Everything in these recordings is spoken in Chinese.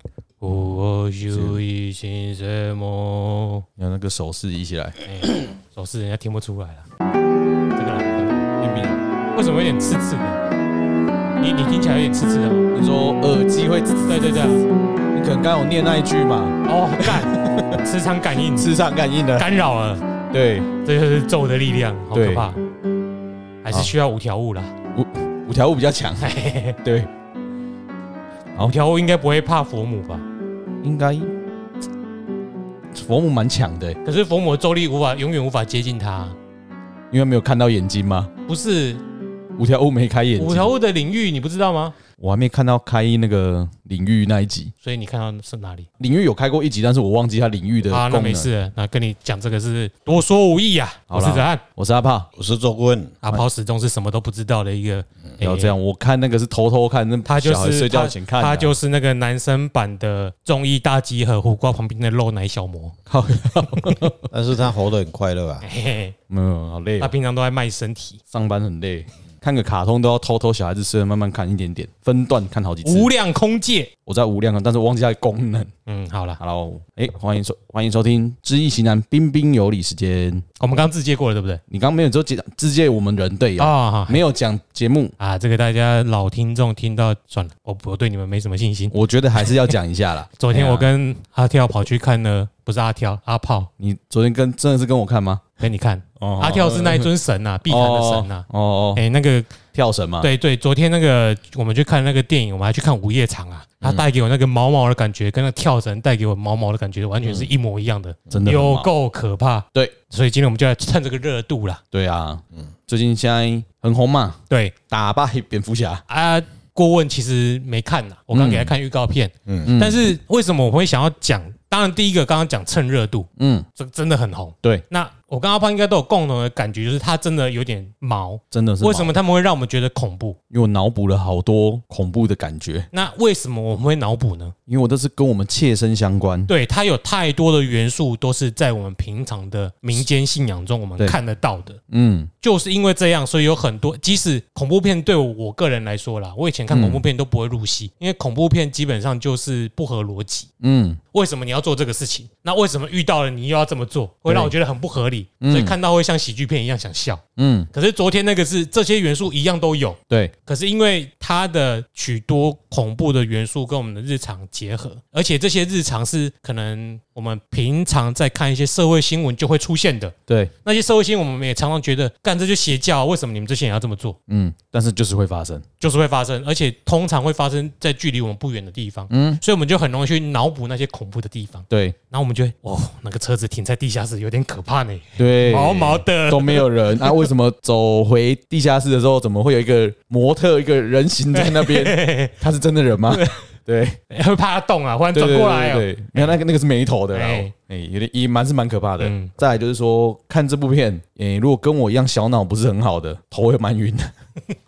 嗯我修一心什么？你看那个手势一起来，哎， 手势人家听不出来了。这个啦硬币。为什么有点刺刺的？你你听起来有点刺刺的吗。你说耳机会，你对对对啊，可能刚刚有念那一句嘛，哦， 干，磁场感应磁场感应的，干扰了，对，这就是咒的力量，好可对啊怕。还是需要五条悟啦。五条悟比较强，嘿嘿嘿对，好五条悟应该不会怕佛母吧？应该佛母蛮强的，可是佛母的咒力无法永远无法接近他。因为没有看到眼睛嘛，不是五条悟没开眼睛，五条悟的领域，你不知道吗？我还没看到开那个领域那一集，所以你看到是哪里？领域有开过一集，但是我忘记它领域的啊，那功没能。事了，那跟你讲这个是多说无益啊。好我啦是子安，我是阿帕，哎我是周顾问，阿跑始终是什么都不知道的一个。不要诶这，样，我看那个是偷偷看，那他就嗯小孩是睡觉他前看的，啊他就是那个男生版的综艺大集合胡瓜旁边的肉奶小魔。靠，但是他活得很快乐啊嘿，哎嘿 没有好累他哦，平常都在卖身体。上班很累， 看个卡通都要偷偷小孩子睡了慢慢看一点点，分段看好几次。无量空界。我在无量看，但是我忘记它的功能。嗯，好了， Hello，哎、欢迎收欢迎收听《知易行难，彬彬有礼》时间。我们刚自介过了，对不对？你刚刚没有就直接直接我们人队友，啊好没有讲节目， 啊，这个大家老听众听到算了，我我对你们没什么信心。。我觉得还是要讲一下啦昨天我哎呀、跟阿跳跑去看呢，不是阿跳，阿炮你昨天跟真的是跟我看吗？跟你看，哦阿跳是那一尊神 呐、碧潭的神呐、哦哦，哎、那个跳绳嘛，对对，昨天那个我们去看那个电影，我们还去看午夜场啊，嗯它带给我那个毛毛的感觉，跟那个跳绳带给我毛毛的感觉，完全是一模一样的，嗯真的很有好够可怕。对，所以今天我们就来趁这个热度啦。对啊，最近现在很红嘛，对打败蝙蝠侠，啊，顾问其实没看呐，我刚给他看预告片，嗯，但是为什么我会想要讲？当然，第一个刚刚讲趁热度，嗯，这真的很红。对，那我跟阿胖应该都有共同的感觉，就是它真的有点毛。真的是为什毛？么他们会让我们觉得恐怖？因为我脑补了好多恐怖的感觉，那为什么我们会脑补呢？因为我都是跟我们切身相关。对，它有太多的元素都是在我们平常的民间信仰中我们对看得到的。嗯，就是因为这样，所以有很多，即使恐怖片对我个人来说啦，我以前看嗯恐怖片都不会入戏，因为恐怖片基本上就是不合逻辑。嗯，为什么你要做这个事情？那为什么遇到了你又要这么做？会让我觉得很不合理，所以看到会像喜剧片一样想笑。嗯，可是昨天那个是这些元素一样都有，对，可是因为它的许多恐怖的元素跟我们的日常结合，而且这些日常是可能我们平常在看一些社会新闻就会出现的。对，那些社会新闻，我们也常常觉得，干这就邪教啊、为什么你们这些人要这么做？嗯，但是就是会发生。就是会发生，而且通常会发生在距离我们不远的地方。嗯，所以我们就很容易去脑补那些恐怖的地方。对然后我们就会，哦，那个车子停在地下室有点可怕呢，对，毛毛的都。没有人，那、为什么走回地下室的时候，怎么会有一个模特、一个人形在那 边？他是真的人吗？对，会 怕它动啊，忽然对转对过来对哦。对，你看那个那个是没头的啦，哎哎，有点也蛮是蛮可怕的嗯。再来就是说，看这部片，诶，如果跟我一样小脑不是很好的，头会 蛮晕的。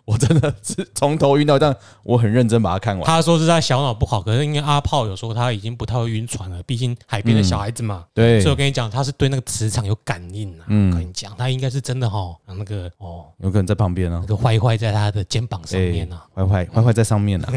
我真的是从头晕到尾，但我很认真把它看完。他说是他小脑不好，可是因为阿炮有说他已经不太会晕船了，毕竟海边的小孩子嘛。嗯对所以，我跟你讲，他是对那个磁场有感应啊。嗯，跟你讲，他应该是真的哈，那个哦，有可能在旁边啊那，个坏坏在他的肩膀上面啊。哎坏坏坏坏在上面 啊，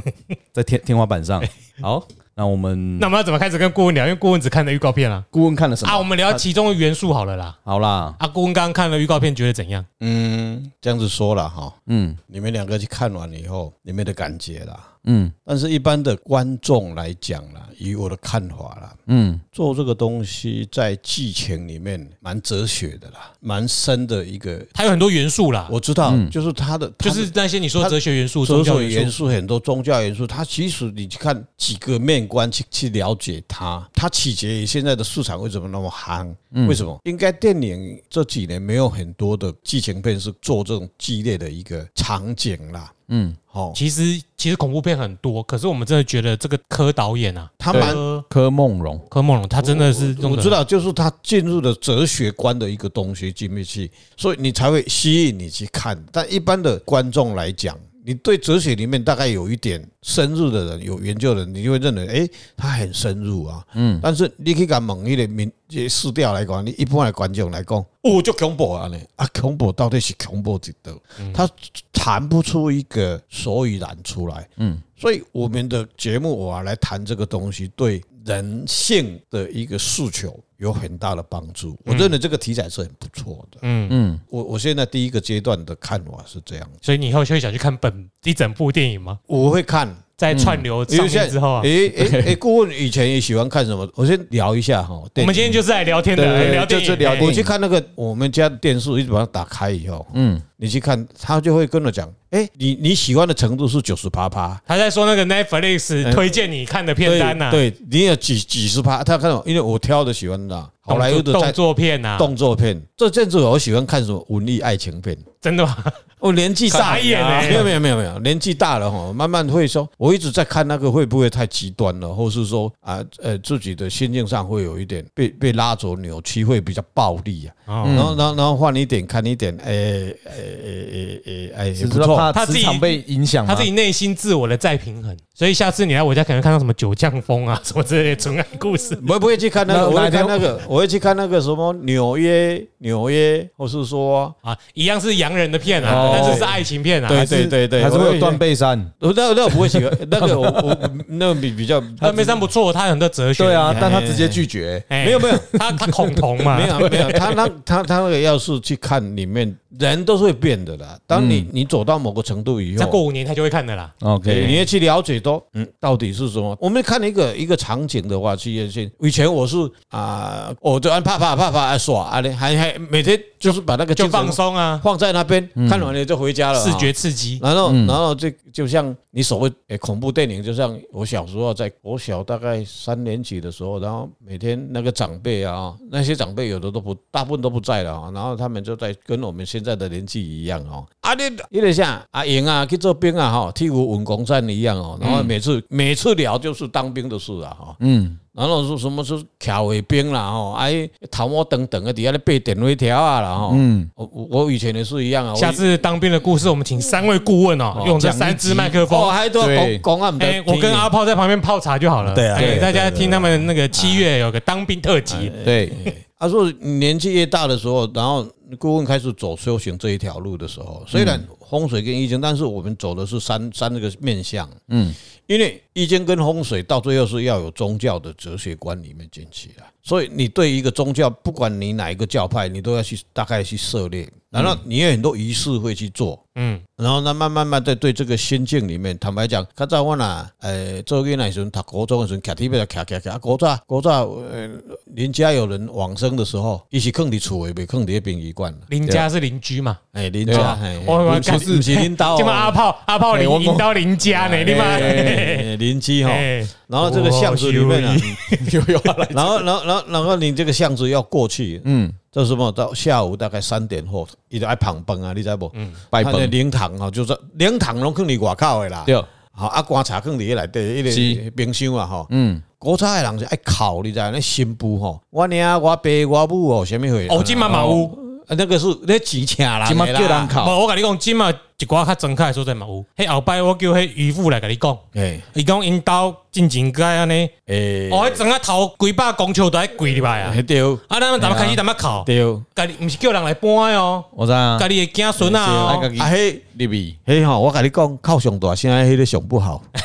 在天天花板上。好，那我们那我们要怎么开始跟顾问聊？因为顾问只看了预告片啊。顾问看了什啊，我么？们聊其中的元素好了啦。好啦，啊，顾问刚刚看了预告片，觉得怎样？嗯，这样子说了哈，嗯你们两个去看完以后，你们的感觉啦。嗯但是，一般的观众来讲啦，以我的看法啦，嗯，做这个东西在剧情里面蛮哲学的啦，蛮深的一个。它有很多元素啦，我知道，嗯就是他的，就它的是那些你说哲学元素、所宗有教元元素。素很多，宗教元素，它其实你去看几个面观去去了解它，它取决于现在的市场为什么那么夯？嗯为什么？应该电影这几年没有很多的剧情片是做这种激烈的一个场景啦。嗯，好，其实其实恐怖片很多，可是我们真的觉得这个柯导演啊，他蛮。柯柯梦荣，柯梦龙，他真的是弄我得知道，就是他进入了哲学观的一个东西进去，所以你才会吸引你去看。但一般的观众来讲，你对哲学里面大概有一点深入的人、有研究的人，你就会认为，诶，他很深入啊。嗯，但是你去讲猛一点民这试调来讲，你一般的观众来讲，哦，就恐怖啊呢，嗯啊，恐怖到底是恐怖几多？他谈不出一啊个所以然出来。所以我们的节目我要来谈这个东西对人性的一个诉求有很大的帮助。我认为这个题材是很不错的。嗯嗯，我我现在第一个阶段的看法是这样，所以你以后就会想去看本一整部电影吗？我会看，在串流嗯因上为现面在之后啊，诶诶诶，顾问以前也喜欢看什么？我先聊一下哈。我电影们今天就是来聊天的，对对来对聊电就影，是聊哎电我影去看那个我们家的电视，一直把它打开以后，嗯，你去看，他就会跟我讲，哎，你你喜欢的程度是九十八趴，他在说那个 Netflix 推荐你看的片单啊呐，嗯对，对你有几几十趴，他看到，因为我挑的喜欢的啊好莱坞动的作在动作片啊呐，动作片，这阵子我喜欢看什么文艺爱情片。真的吗？我年纪大傻眼欸没有没有没有没有，年纪大了哈，慢慢会说，我一直在看那个会不会太极端了，或是说啊呃自己的心境上会有一点被被拉走扭曲，会比较暴力啊。哦然后然后然后换一点看一点，哎哎哎哎哎，也只不是怕错。他他自磁己场被影响吗，他自己内心自我的再平衡，所以下次你来我家可能看到什么九降风啊什 么之类的纯爱故事，我不会去看那个，那我会哪天看那个，我会去看那个什么纽约纽约，或是说啊，一样是洋人的片啊哦，但是是爱情片啊。对还是对对对，还是我会有去断。背山。我那那我不会喜欢，那个我我那个比比较断背山不错，他有很多哲学。对啊，但他直接拒绝。哎，没有没有，他他恐同嘛， 没有没有，他那他他那个要是去看里面，人都是会变的啦。当你你走到某个程度以嗯再过后，五年他就会看的啦。对， OK，你要去了解到，嗯，到底是什么？我们看一个一个场景的话，去院线，以前我是啊，我就按啪啪啪啪啊耍啊，还还每天就是把那个就精神放松啊，放在那边，看完了就回家了，视觉啊。刺激。然后，然后这就像你所谓诶恐怖电影，就像我小时候在我小大概三年级的时候，然后每天那个长辈啊，那些长辈有的都不，大部分都不在了啊，然后他们就在跟我们现在的年纪一样哦，啊你有点像阿英啊去做兵啊哈，替我文工战一样哦，然后每次每次聊就是当兵的事啊哈。嗯，然后说什么是卡尾兵啦吼，哎，头毛等等的底下咧背电微条啊啦吼，嗯，我我我以前也是一样啊，我下次当兵的故事，我们请三位顾问哦，用这三支麦克哦，风。还多对公公案的哎，，我啊跟阿炮在旁边泡茶就好了。对啊哎哎对对大家听他们那个七月有个当兵特辑，对， 他说啊年纪越大的时候，然后顾问开始走修行这一条路的时候，虽然风水跟易经，但是我们走的是三三这个面相，嗯，因为易经跟风水到最后是要有宗教的哲学观里面进去的，啊所以你对一个宗教，不管你哪一个教派，你都要去大概去涉猎，然后你有很多仪式会去做，嗯，然后呢，慢慢慢在对这个心境里面，坦白讲，较早我呐，呃，做囡仔的时阵，读高中的时阵，徛地边徛徛徛，啊，古早古早，呃，邻家有人往生的时候，伊是坑伫厝的，袂坑伫殡仪馆啦。邻家是邻居嘛。哎，邻对家啊，哎，哦我我不是不是领导今晚阿哦，炮阿炮哎我邻引到邻家呢，你妈。哎邻居哈。哎然后这个巷子里面啊哦， 有有啊来然后然后然后然后你这个巷子要过去，嗯，这是什么？到下午大概三点后，伊就爱旁蹦啊，你知不？嗯，拜他的本灵堂哦，就是灵堂拢坑伫外口的啦。对，好啊，棺材放伫内底迄个是冰箱啊，吼。嗯，古早的人是爱哭，你知影？那新妇吼，我娘、我爸、我母哦，什么会？哦，今晚嘛有，啊那个是那钱请人今的麦叫人啦。无考，我甲你讲，今晚一寡较睁开的所在嘛有。迄后摆我叫迄渔夫来甲你讲，哎伊讲因兜进前个安尼，哎，哦，迄整个头几百公尺都爱跪入来啊哎！对啊，咱们咱们开始咱们哭，对，家己毋是叫人来搬的哦，我知啊家，己的囝孙啊哎哦，自己啊嘿。利比，嘿吼，我跟你讲，靠上大声，迄个上不好。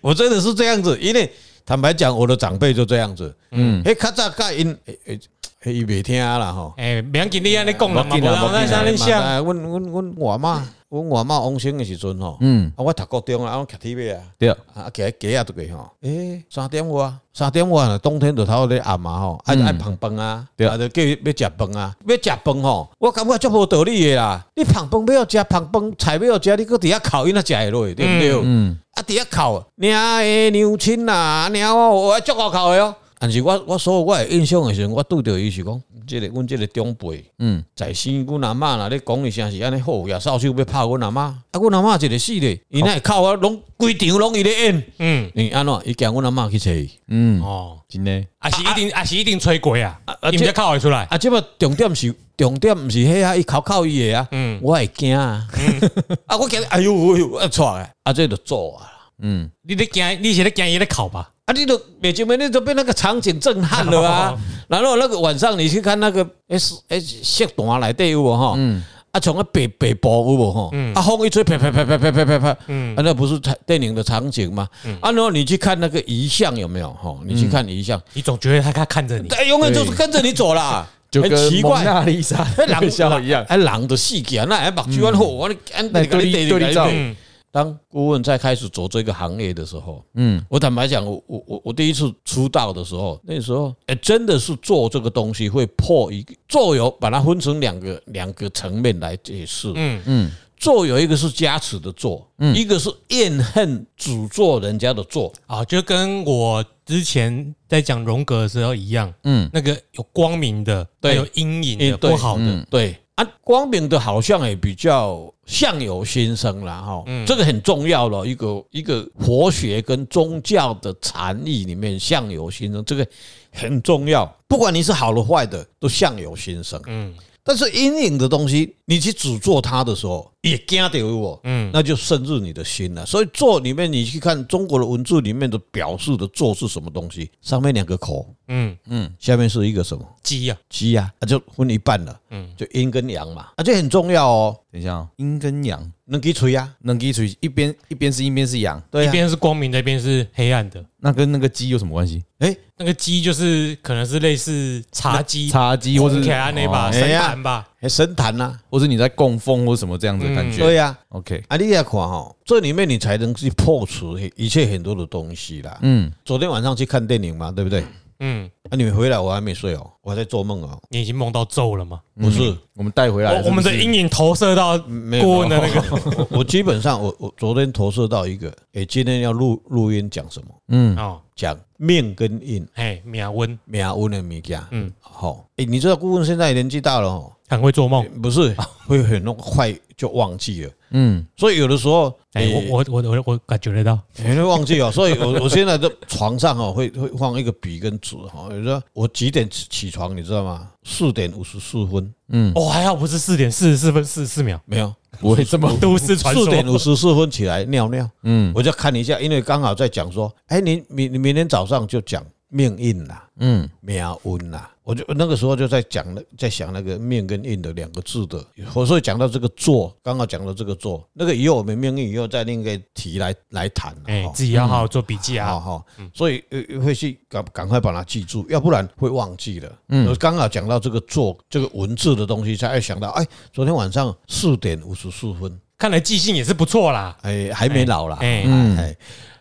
我真的是这样子，因为坦白讲，我的长辈就这样子。嗯，迄较早甲因，诶诶，嘿伊袂听啦吼。哎，袂要紧，你安尼讲人嘛，没无紧啊人咱没紧啊啥恁想，哎，阮阮阮外嬷，阮外嬷往生的时阵吼，嗯，啊，我读高中啊，我徛 T V 啊，对，啊，徛街啊，对吼，诶，三点外，三点外呢，冬天就头咧暗嘛吼，啊，爱捧饭啊，对啊，就叫伊要食饭啊，要食饭吼，我感觉足无道理的啦，你捧饭要食，捧饭菜要食，你搁伫遐哭，伊哪食会落去，对不对？嗯，啊，伫遐哭，娘的娘亲啦，娘哦，我足好哭的哦。但是我我所有我的印象的时阵，我拄着伊是讲，即个阮即个长辈。嗯，在生阮阿嬷啦，咧讲伊声是安尼好，也扫帚要拍阮阿嬷，啊，阮阿嬷一个死咧，伊那会哭啊，拢规场拢伊咧演，嗯，伊安怎？伊惊阮阿嬷去找伊。嗯，哦，真的，啊是一定啊是一定吹过啊啊，伊毋才哭会出来，啊，即个重点是重点，毋是迄啊，伊哭哭伊个啊，嗯我会惊啊， 啊，我惊，哎呦哎呦，啊，错啊，啊，这就做啊。嗯，你咧惊，你是咧惊伊咧哭吧？啊，你都美其名，你都被那个场景震撼了啊！然后那个晚上你去看那个 S S 色段来对我哈，嗯，啊，啊，从个北北部有无吼？啊，风一吹，啪啪啪啪啪啪啪啪，嗯啊，那不是电影的场景吗？啊，然后你去看那个遗像有没有？哈，你去看遗像，你总觉得他他看着你，哎，永远就是跟着你走啦，就很跟奇蒙怪。娜丽莎那那个笑 一样，哎，人的细节，那还目睭安好，我安那对立对立照嗯当顾问在开始走这个行业的时候，嗯嗯，我坦白讲，我我我我第一次出道的时候，那时候哎、真的是做这个东西会破一个做有把它分成两个两个层面来解释，嗯嗯，做有一个是加持的做，一个是怨恨诅咒人家的做，啊，就跟我之前在讲荣格的时候一样，嗯嗯，那个有光明的，对还有阴影的，嗯对不好的，嗯对啊，光明的好像也比较相由心生啦，哈，嗯这个很重要了。一个一个佛学跟宗教的禅意里面，相由心生这个很重要。不管你是好的坏的，都相由心生。嗯但是阴影的东西，你去诅咒它的时候，也惊到我，嗯那就深入你的心了。所以做里面，你去看中国的文字里面的表示的做是什么东西？上面两个口，嗯，下面是一个什么？鸡呀，鸡呀、啊，就分一半了，嗯嗯，就阴跟阳嘛，啊，这很重要哦，等一下哦，阴跟阳，能给吹呀，能给水一边一边是阴，一边是阳，对一呀、边是光明的，一边是黑暗的。那跟那个鸡有什么关系？哎，那个鸡就是可能是类似茶鸡、茶鸡或是铁啊安那把哦哎神坛吧，还神坛呐，或是你在供奉或什么这样子的嗯感觉对呀、 ？OK，啊，你也看哦，这里面你才能去破除一切很多的东西啦。嗯，昨天晚上去看电影嘛，对不对？嗯，啊，你们回来我还没睡哦，我还在做梦哦，你已经梦到咒了吗？嗯不啊是。嗯我们带回来了哦我我们的是不是阴影投射到没顾有问的那个个，我我基本上我我昨天投射到一个，哎，今天要录录音讲什么？嗯哦，讲命跟运，哎，米亚温命运的物件。嗯嗯，好，哎，你知道顾问现在年纪大了哦，很会 做梦。不哦是会很快就忘记了，嗯，所以有的时候，哎，哎，我我我我我感觉得到，你会 忘记哦。所以我我现在的床上哦，会会放一个笔跟纸哦哈。有时候我几点起起床，你知道吗？四点五十四分，哦，还好不是四点四十四分四十四秒，没有，不会这么都市传说四。点五十四分起来尿尿，嗯我就看一下，因为刚好在讲说，哎，你明你明天早上就讲命运啦，嗯命运啦。我就那个时候就在讲了，在想那个命跟运的两个字的，我所以讲到这个做，刚好讲到这个做，那个以后我们命运以后再另一个题来来谈啦哎哦，自己要好好做笔记好啊。好，所以呃会去赶赶快把它记住，要不然会忘记了。嗯，刚好讲到这个做这个文字的东西，才会想到，哎，昨天晚上四点五十四分，看来记性也是不错啦。哎，还没老啦。哎，嗯哎，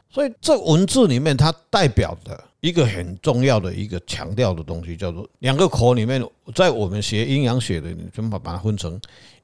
所以这文字里面它代表的一个很重要的一个强调的东西，叫做两个口里面，在我们学阴阳学的，你就把把它分成。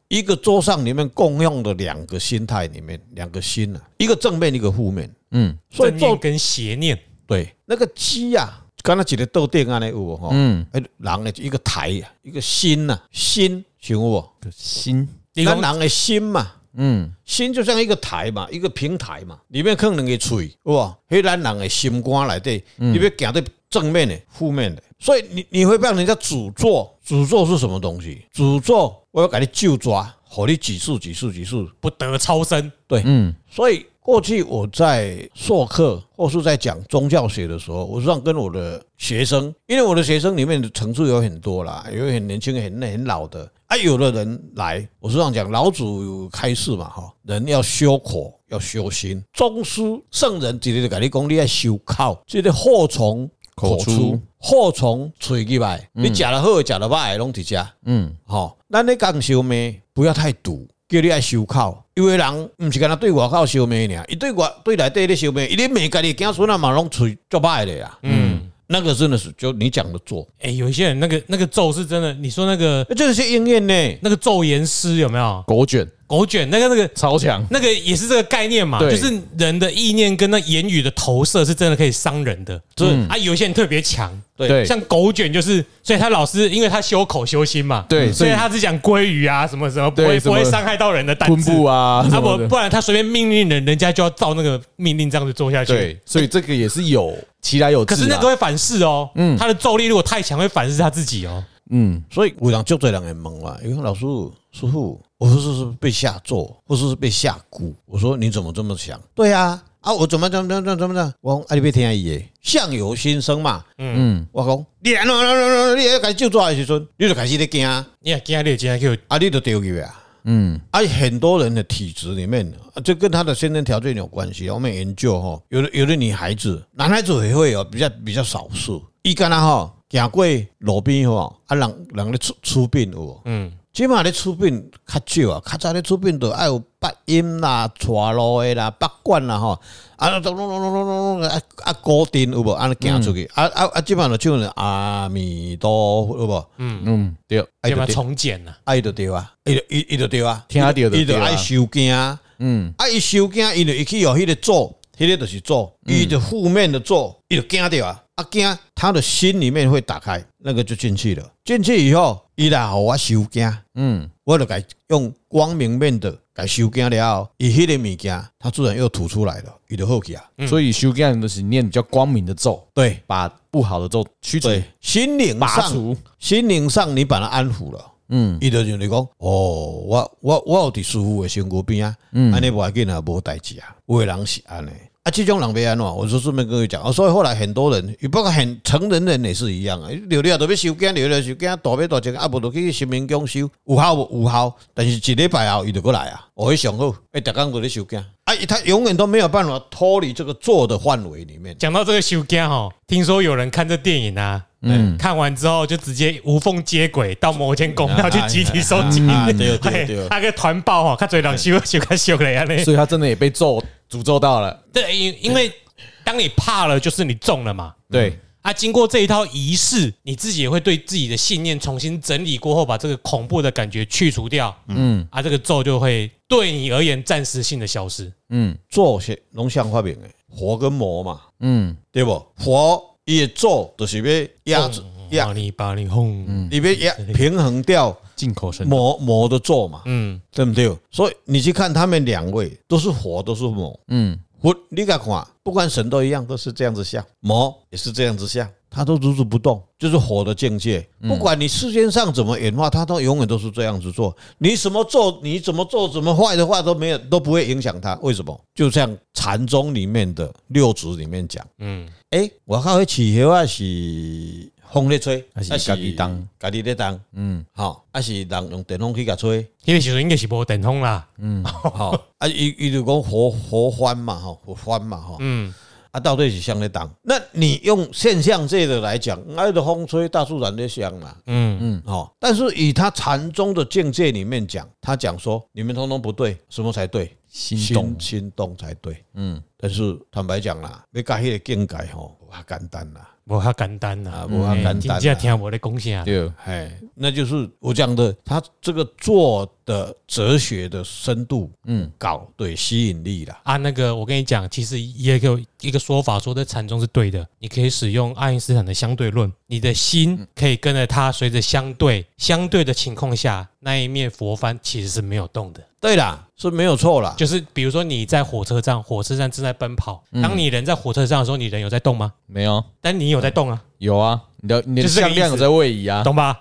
一个桌上里面共用的两个心态里面，两个心啊，一个正面，一个负面，嗯所以正做念跟邪念，对，那个鸡呀、啊，刚才一个豆店安尼有无吼？嗯，哎，人的一个台呀，一个心呐、心想有无？心你咱讲人的心嘛，嗯心就像一个台嘛，一个平台嘛，里面放两个喙，有无？迄咱人的心肝内底，你要行对正面的、负面的，所以你你会被人家诅咒。诅咒是什么东西？诅咒我要给你救抓，给你几次、几次、几次，不得超生，嗯所以过去我在授课或是在讲宗教学的时候，我是让跟我的学生，因为我的学生里面的层次有很多啦，有很年轻、很很老的啊，有的人来，我是让讲老祖开示嘛，哈，人要修口。要修心，宗师圣人直接就跟你讲，你要修口，这个祸从口口出出，祸从嘴入来。你食了好，食了歹，拢伫遮。嗯吼、咱咧讲烧麦不要太毒，叫你爱烧烤，因为人毋是干那对外口烧麦尔，伊对外对内底咧烧麦，伊咧骂家己的子孙啊嘛拢吹作歹咧啊。嗯，那个真的是就你讲的做，哎，有一些人那个那个咒是真的，你说那个那这是应验呢。那个咒言师有没有？狗卷狗卷那个那个超强，那个也是这个概念嘛，对就是人的意念跟那言语的投射是真的可以伤人的。嗯啊，有一些人特别强，对对像狗卷就是，所以他老是因为他修口修心嘛，对所以所以他只讲鲑鱼啊什么什么，不对会什不么会伤害到人的单昆字。布啊什他么不的，不然他随便命令人，人家就要照那个命令这样子做下去。对，所以这个也是有其来有可自啊，是那个会反噬哦，他的咒力如果太强会反噬他自己哦。嗯所以有人足多人会问我，因为老师师傅，我说是不是被下咒，或者是被下蛊？我说你怎么这么想？对啊，啊，我怎么怎么怎么怎么怎么？我讲啊，你别听伊的，相由心生嘛。嗯我讲，你安怎安怎安怎，你要开始救抓的时阵，你就开始咧惊啊。你也今天你也今天就啊，你就丢去啊！嗯，而、很多人的体质里面，啊这跟他的先天条件有关系。我们研究哈，有的有的女孩子，男孩子也会有，比较比较少数。伊干那哈，行过路边吼，啊人人咧出出殡有无？嗯，即马咧出殡较少啊，较早咧出殡就爱有八音啦、带路的啦、八管啦吼，啊咚咚咚咚咚咚咚啊啊固定有无？安尼行出去，啊啊啊，即马就唱阿弥陀佛有无？嗯，对，爱要不就要对，重剪呐？爱就对啊，伊就伊伊就对啊，听到就对伊就爱啊，收惊啊。嗯，啊，伊收惊，伊就伊去有迄个做，迄个就是做，嗯伊就负面的做，伊就惊着啊，啊惊，他的心里面会打开，那个就进去了。进去以后，伊来互我收惊，嗯，我就该用光明面的该收惊了后，伊迄个物件，它自然又吐出来了，伊就好去啊。嗯所以修改的是念比较光明的咒，对把不好的咒驱除、对，心灵拔上，除，心灵上你把它安抚了。嗯伊就就是讲，哦，我我我有伫师傅的身躯边啊，嗯安尼无要紧啊，无代志啊。有的人是安尼，啊，这种人袂安怎？我就顺便跟你讲，哦，所以后来很多人，包括很成人人也是一样啊，流了都要收惊，流了收惊，大尾大只，啊，无就去新民宫收，有效无有效，但是一礼拜后伊就过来啊，哦，迄上好，哎，逐工都咧收惊，啊，他永远都没有办法脱离这个做的范围里面。讲到这个修家哈，听说有人看这电影啊，嗯，看完之后就直接无缝接轨到某间公庙去集体收集，啊对对对嘿，他个团报哈，看最人修修看修了呀嘞。所以他真的也被咒诅咒到了，对，因因为当你怕了，就是你中了嘛。对，啊，经过这一套仪式，你自己也会对自己的信念重新整理过后，把这个恐怖的感觉去除掉。嗯，啊，这个咒就会对你而言暂时性的消失。嗯做是拢向发明的，佛跟魔嘛，嗯，对不？佛伊的做就是要压制压把你把你轰，嗯里面也平衡掉进口神，魔魔的做嘛，嗯，对不对？所以你去看他们两位都是佛，都是魔。嗯佛你敢看，啊不管神都一样，都是这样子下，魔也是这样子下，他都如如不动，就是火的境界。嗯不管你世间上怎么演化，他都永远都是这样子做。你什么做，你怎么做，怎么坏的话都没有，都不会影响他。为什么？就像禅宗里面的六祖里面讲，嗯，哎诶，我靠，饲叶啊是风咧吹，还是自己当，家己咧当，嗯，吼，啊是人用电风去甲吹，那个时候应该是无电通啦。吼，啊伊伊就讲火火翻嘛，吼，火翻嘛，吼，嗯，啊到底是向咧当？那你用现象界的来讲，啊那的风吹大自然的香嘛，嗯嗯，哦，但是以他禅宗的境界里面讲，他讲说你们通通不对，什么才对？心动，心动才对。嗯，但是坦白讲啦，你甲迄个境界吼，无遐简单啦。无遐简单嗯啦啊，无遐简单真啦正听我咧讲啥。对，哎，那就是我讲的，他这个做的哲学的深度，嗯，搞对吸引力啦，啊，那个我跟你讲，其实也有一个说法，说这禅宗是对的。你可以使用爱因斯坦的相对论，你的心可以跟着它，随着相对相对的情况下，那一面佛幡其实是没有动的。对啦，是没有错啦，就是比如说你在火车站，火车站正在奔跑，当你人在火车上的时候，你人有在动吗？没有，但你有在动啊，有啊，你的你的就是这个向量有在位移啊，懂吧？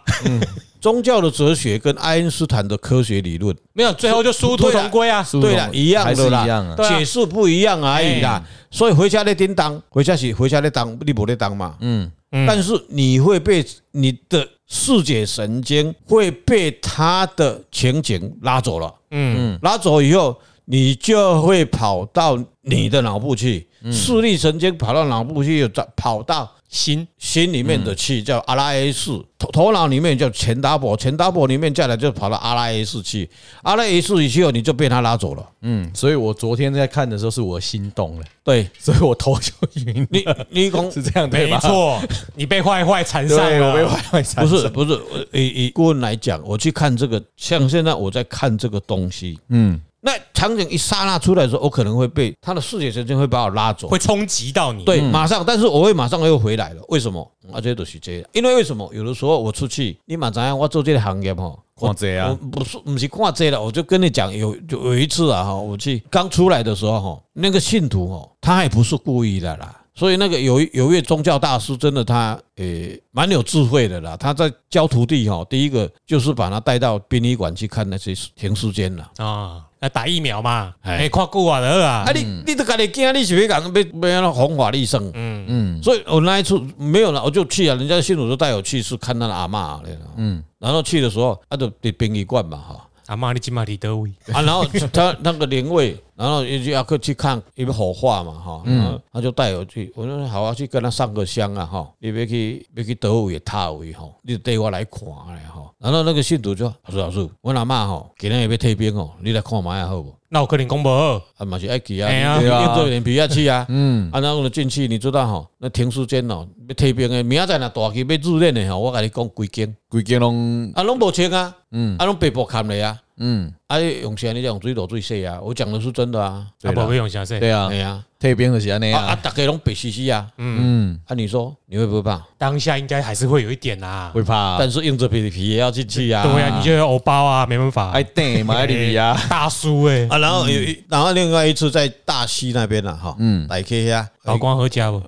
宗教的哲学跟爱因斯坦的科学理论，没有，最后就殊途同归啊。是不是对啦，一样还是的啦，一样啊，哎对啊解释不一样而已啦。所以回家咧叮当，回家是回家咧当，你不咧当嘛。嗯嗯但是你会被你的视觉神经会被他的情景拉走了。嗯，拉走以后，你就会跑到你的脑部去，嗯视力神经跑到脑部去，又再跑到心心里嗯面的去，叫阿拉 A 识，头头脑里面叫前达波，前达波里面再来就跑到阿拉 A 识去，阿拉 A 识去后你就被他拉走了。嗯，所以我昨天在看的时候是我心动了， 对所以我头就晕， 你，你 讲是这样对没吧？，错，你被坏坏缠上啊对，我被了。坏坏缠不是上不是，我以以顾问来讲，我去看这个，像现在我在看这个东西，嗯，那场景一刹那出来的时候，我可能会被他的视觉神经会把我拉走，会冲击到嗯你，啊对，马上，但是我会马上又回来了。为什么？啊，这些都是这样。因为为什么？有的时候我出去，你马上我做这个行业哈，看这我啊，不是不是看这了，我就跟你讲，有就有一次啊哈，我去刚出来的时候哈，那个信徒哈，他也不是故意的啦。所以那个有一有一位宗教大师，真的他诶蛮有智慧的啦。他在教徒弟哈，第一个就是把他带到殡仪馆去看那些停尸间了。啊，那打疫苗嘛，哎哎，看久啊了啊啊，，你你都家己惊，你是要讲要要那弘法利生？嗯嗯，所以我那一次没有了，我就去啊，人家 信徒就带我去是看他的阿嬷咧。嗯，然后去的时候，啊，就伫殡仪馆嘛哈，阿妈你金马里德维，啊，然后他那个灵位，然后也就要去去看，因为火化嘛哈，嗯，他就带我去，我说好啊，去跟他上个香啊哈，你别去别去德位塔位哈，你带我来看嘞哈，然后那个信徒就说老师老师，我阿嬷吼，今天要退兵哦，你来看嘛下好不？那我可能讲无，啊，嘛是爱去啊，哎呀你一对啊定做脸皮下去啊，嗯，啊，然后就进去，你知道吼，那停尸间哦，要退兵的，明仔载若大旗要入殓的吼，我跟你讲规间，规间拢啊，拢无穿啊，嗯嗯，啊，拢被迫砍了啊，嗯，啊，用啥你讲水落水洗啊，我讲的是真的啊。阿对啦宝贝用啥事？对啊哎，呀，退兵就是安尼啊啊啊，，大家拢白兮兮啊，嗯，啊，你说你会不会怕？当下应该还是会有一点啦，会怕但是硬着皮皮也要进去啊。对啊，你就有欧包啊，没办法，爱顶嘛爱入去啊，大叔哎，啊，然后有一，然后另外一次在大溪那边了哈，嗯，来 K 呀，老光和家不？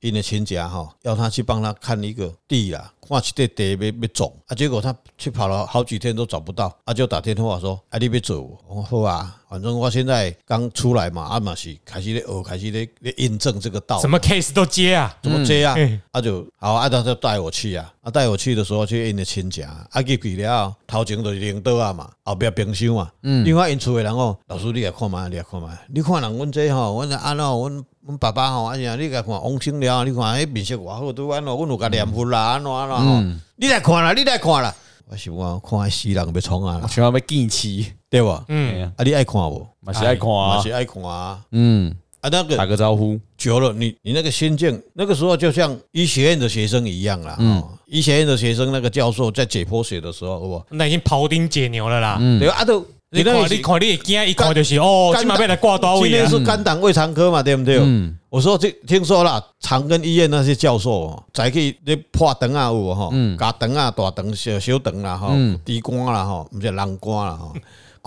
因的亲戚啊哈，要他去帮他看一个地啦，看一块地要要种啊，结果他去跑了好几天都找不到，啊，就打电话说啊，你别走，我说好啊，反正我现在刚出来嘛，啊嘛是开始咧学，开始咧咧印证这个道理什么 case 都接啊，怎么这样？嗯啊就好啊，他就带我去啊，啊带我去的时候去因的亲戚啊，啊去去了后，头前就是领导啊嘛，后壁冰箱啊，另外因厝的人哦，老师你也看嘛，你也看嘛，你看人阮这吼，阮安咯，阮阮爸爸吼，啊呀，你甲看王清了，你看迄面色偌好，对安咯，阮有甲念佛啦，安怎安怎吼，你来看啦，你来看啦，我想讲看迄死人要创啊啦，全要要见起，对无？啊哎嗯，你爱看无？嘛是爱看嘛啊是，爱看啊，嗯，啊那个打个招呼，久了，你你那个心境，那个时候就像医学院的学生一样啦。嗯，医学院的学生，那个教授在解剖学的时候，好不好？那已经庖丁解牛了啦。对啊，都嗯你看，你看，你惊一看就是哦，肝今晚被来挂多今位天啊！是肝胆胃肠科嘛，对不对？嗯我说这听说啦，长庚医院那些教授哦，早起咧破肠啊有无吼，嗯加肠啊、大肠、小小肠啦吼，猪肝啦吼，毋是人肝啦吼。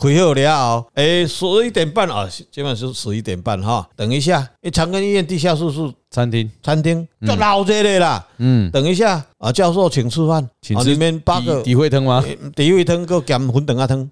开好了后，哦诶、十一点半啊，基本是十一点半哈。等一下，诶，长庚医院地下室是餐厅，餐厅，嗯就老热的啦。嗯，等一下啊，教授请吃饭，请啊吃里面八个哎底会汤吗？第一味汤个咸馄饨啊汤，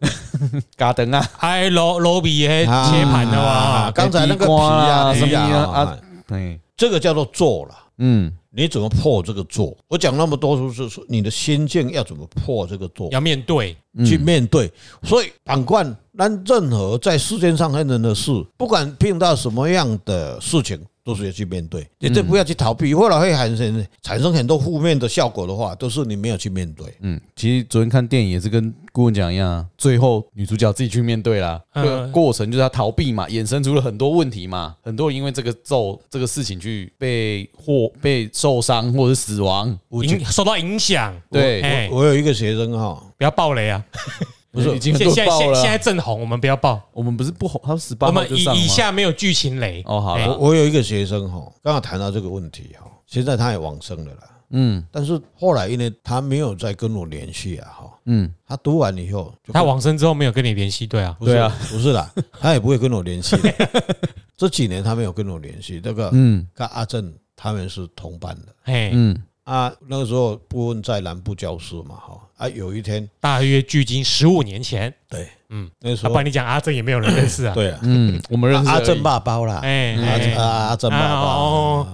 嘎灯啊，还罗罗哎比也切盘的哇啊，刚才那个皮啊什皮么啊啊啊啊，，对，这个叫做做了。嗯，你怎么破这个做？我讲那么多，就是说你的心境要怎么破这个做，要面对，去面对。所以，反观咱任何在世间上任何的事，不管碰到什么样的事情，都是要去面对。你这不要去逃避，或者会产生产生很多负面的效果的话，都是你没有去面对。嗯，其实昨天看电影也是跟顾问讲一样啊，最后女主角自己去面对啦，嗯这个过程就是她逃避嘛，衍生出了很多问题嘛，很多人因为这个咒这个事情去被或被受伤或者死亡，影受到影响，对，哎，我有一个学生哈，不要暴雷啊！不是已经现现很多在人爆现了现啊在，正红，我们不要爆，我们不是不红，他十八我号们就以上了以吗下没有剧情雷哦好哎了，我有一个学生哈，刚好谈到这个问题哈，现在他也往生了啦。嗯，但是后来因为他没有再跟我联系啊哈，嗯，他读完以后就跟他往生之后没有跟你联系，对啊，不是对啊，不 是啦，他也不会跟我联系的。 这几年他没有跟我联系，这个嗯跟阿正他们是同班的嘿，嗯，啊。那个时候顾问在南部教书嘛哈啊，有一天大约距今十五年前，对，嗯，那时他候帮你讲阿正也没有人认识啊，对啊，嗯，我们认识阿而已正，爸包啦，哎，阿哎阿阿正爸啊包哦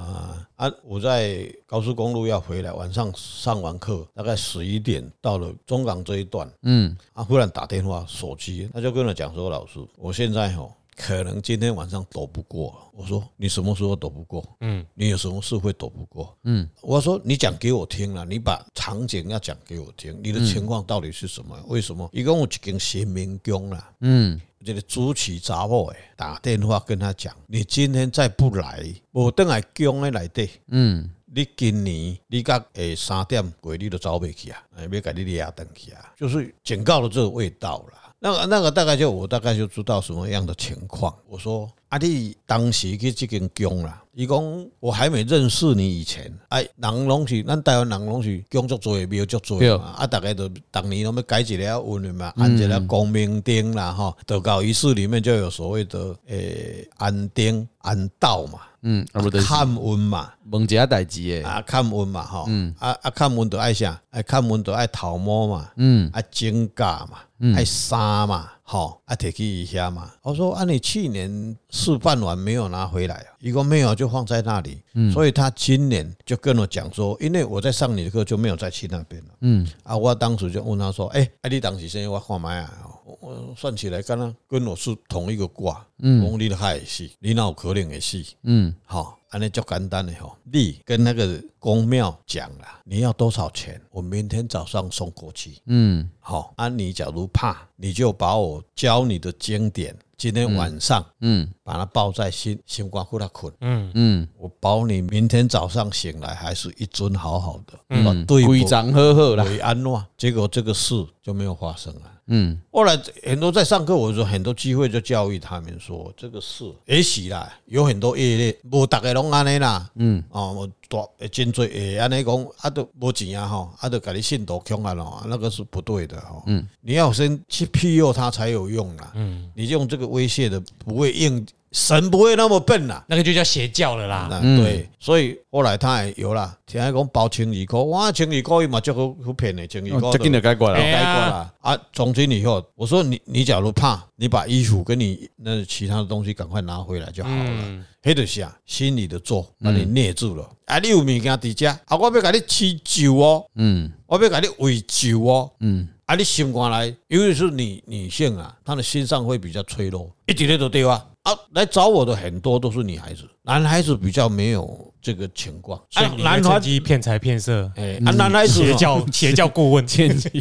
啊啊！我在高速公路要回来，晚上上完课，大概十一点到了中港这一段，嗯啊，忽然打电话手机，他就跟我讲说：“老师，我现在哈可能今天晚上躲不过。”我说：“你什么时候躲不过？嗯，你有什么事会躲不过？”嗯，我说：“你讲给我听了，你把场景要讲给我听，你的嗯情况到底是什么？为什么？一共有一间新民宫啦。”嗯，这个主持查某诶，打电话跟他讲，你今天再不来，无等来宫诶内底，嗯你今年你甲诶三点过你都走袂去啊，哎，要甲你掠登去啊，就是警告的这个味道啦。那个那个大概就我大概就知道什么样的情况。我说啊，你当时去这间宫啦，伊讲我还没认识你以前，哎，人拢是咱台湾人拢是工作做诶庙足做对嘛，啊，大概都当年拢要改一个文明嘛，安一个光明灯啦，吼，道教仪式里面就有所谓的诶安灯安道嘛，嗯，啊不对，看温嘛，蒙杰代志诶，啊，看门嘛吼，啊啊看门就爱啥，啊看门就爱头毛嘛，嗯啊指甲嘛，爱衫嘛，吼，啊摕去一下嘛。我说啊，你去年试办完没有拿回来啊？一个没有就放在那里，嗯所以他今年就跟我讲说，因为我在上你的课就没有再去那边了。嗯啊，我当时就问他说，哎、啊你当时先我看买啊？哦我我算起来，刚刚跟我是同一个卦，嗯，讲你害也是，你哪有可能也是，嗯，好，安尼就简单的吼。你跟那个公庙讲啦，你要多少钱？我明天早上送过去。嗯，好，啊，你假如怕，你就把我教你的经典，今天晚上嗯，把它抱在心心肝骨那捆，嗯，嗯，我保你明天早上醒来还是一尊好好的，嗯我对规章呵呵啦，为安诺，啊结果这个事就没有发生了。嗯后来很多在上课，我说很多机会就教育他们说，这个事也许啦，有很多业力，无大家拢安尼啦，嗯，哦，大真多会安尼讲，啊都无钱啊吼，啊都给你信徒强啊咯，那个是不对的吼，嗯，你要先去庇佑他才有用啦，嗯，你用这个威胁的不会应，神不会那么笨啦。那个就叫邪教了啦。啊，对，所以后来他也有啦，听讲包千二块，哇，千二块伊嘛足好好骗的，千二哦块这。紧就解决了哎，改呀过了啊。从今以后，我说你你假如怕，你把衣服跟你那其他的东西赶快拿回来就好了。嗯，黑就是啊，心里的咒把你捏住了。啊，你有物件伫遮，啊，我要给你吃酒哦，嗯我要给你喂酒哦。嗯啊，你心肝来，尤其是女女性啊，她的心脏会比较脆弱，一点点都对啊。啊，来找我的很多都是女孩子，男孩子比较没有这个情况。所以啊，你会男孩趁子，机骗财骗色，哎，啊，男孩子 哦邪教邪教顾问，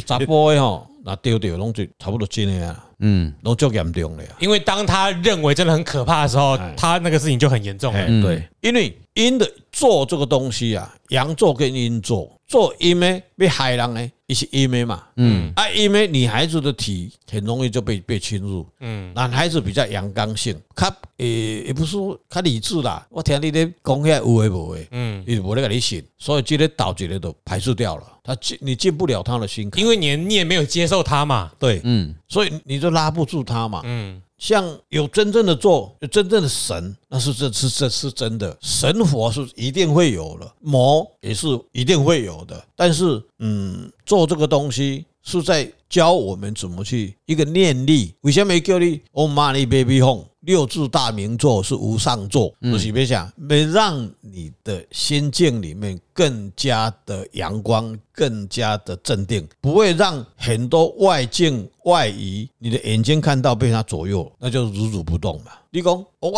查甫的吼，哦那丢丢拢就差不多真的啊，嗯拢足严重的啊。因为当他认为真的很可怕的时候，他那个事情就很严重了。哎，对，因为阴的做这个东西啊，阳做跟阴做，做阴的被害人呢，一些阴的嘛，嗯，啊，阴的女孩子的体很容易就被被侵入，嗯，男孩子比较阳刚性，较诶、也不是说较理智啦，我听你咧讲遐有诶无诶，嗯，伊无咧甲你信，所以这个导这个都排斥掉了，他进你进不了他的心坎，因为你你也没有接受他嘛。对，嗯所以你就拉不住他嘛，嗯，像有真正的做，有真正的神，那是这是这是真的，神佛是一定会有的，魔也是一定会有的。但是，嗯，做这个东西是在教我们怎么去一个念力。为什么叫你 Om Mani p a b y Hum？六字大明咒是无上咒，就是别想，没让你的心境里面更加的阳光，更加的镇定，不会让很多外境外移，你的眼睛看到被它左右，那就如如不动嘛。你讲，哦我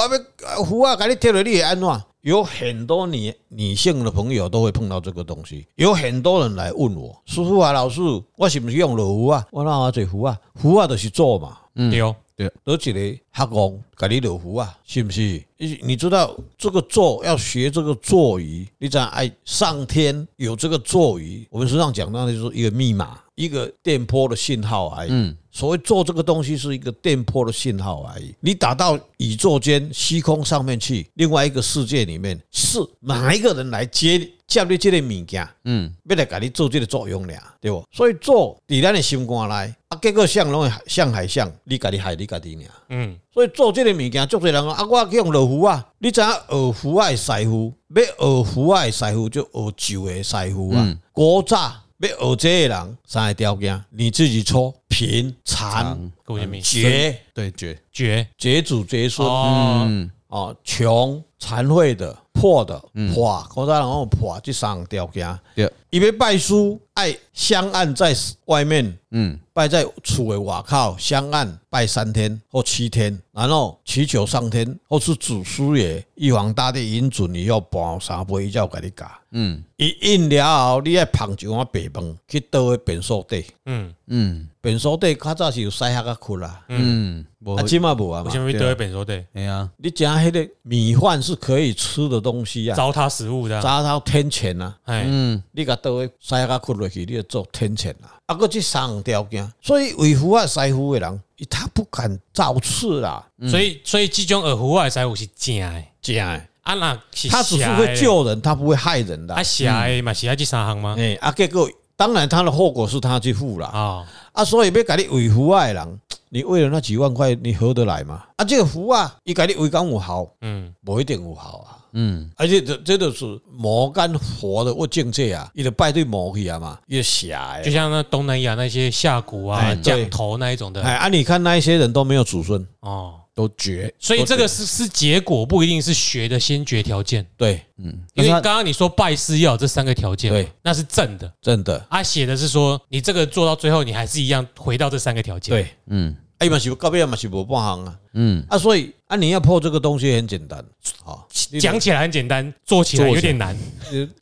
要胡啊，给你贴了，你会安怎？有很多女女性的朋友都会碰到这个东西，有很多人来问我，师傅啊，老师，我是不是用了符啊？我哪有做符啊？符啊就是做嘛，对哦，哪一个黑工给你落符啊，是不是？你你知道这个坐要学这个坐仪，你知道哎，上天有这个坐仪，我们实际上讲到的就是一个密码，一个电波的信号而已。嗯所谓做这个东西是一个电波的信号而已，你打到宇宙间虚空上面去，另外一个世界里面，是哪一个人来接接你这个物件，嗯要来给你做这个作用俩，对不？所以做在咱的心肝内，啊，结果像拢会像海象，你家己害你家己俩。嗯，所以做这个物件，足多人讲啊，我去用老虎啊，你知影学虎啊的师傅，要学虎啊的师傅就学酒的师傅啊嗯。古早要学这个人，三个条件，你自己抽贫残各位名绝对绝绝嗯绝子绝孙哦，嗯哦，穷残废的破的破，古早人讲破这三个条件，对伊要拜师爱香案在外面。嗯拜在厝的外口香案拜三天或七天，然后祈求上天或是祖师爷、玉皇大帝允准你要搬三杯，伊才有甲你教。嗯伊应了后，你爱捧一碗白饭去倒个便所底，嗯嗯便所底较早是有塞下个窟啦，嗯，我啊，即嘛无啊我嘛先。会得一本说对，哎呀，你食迄个米饭是可以吃的东西啊，糟蹋食物的，早到天谴啊！哎，嗯你甲倒个师甲困落去，你就做天谴啦。啊，搁即三项条件，所以为父啊师傅的人，伊他不敢造次啦，所以所以这种耳胡外塞我是假的，真的。啊那是他只是邪的会救人，他不会害人的。啊瞎的嘛，是爱这三行吗？哎，啊，结果当然他的后果是他去付啦。啊，啊，所以要给你维护的人，你为了那几万块，你合得来吗？啊，这个福啊，伊给你维刚有效，嗯，不一定有效啊。嗯而且这这就是魔跟佛的我境界啊，伊就拜对魔去啊嘛，伊就邪就的。像那东南亚那些下蛊啊哎、对哎降头那一种的，哎，啊，你看那一些人都没有子孙，哦，都绝，所以都这绝个是是结果，不一定是学的先决条件。对因但为是他刚刚你说拜师要有这三个条件嘛，对那是正的。真的啊，写的是说你这个做到最后，你还是一样回到这三个条件。，对。嗯哎嘛是到尾嘛是无半行啊嗯，啊，所以啊你要破这个东西很简单，哦好讲起来很简单，做起来有点难，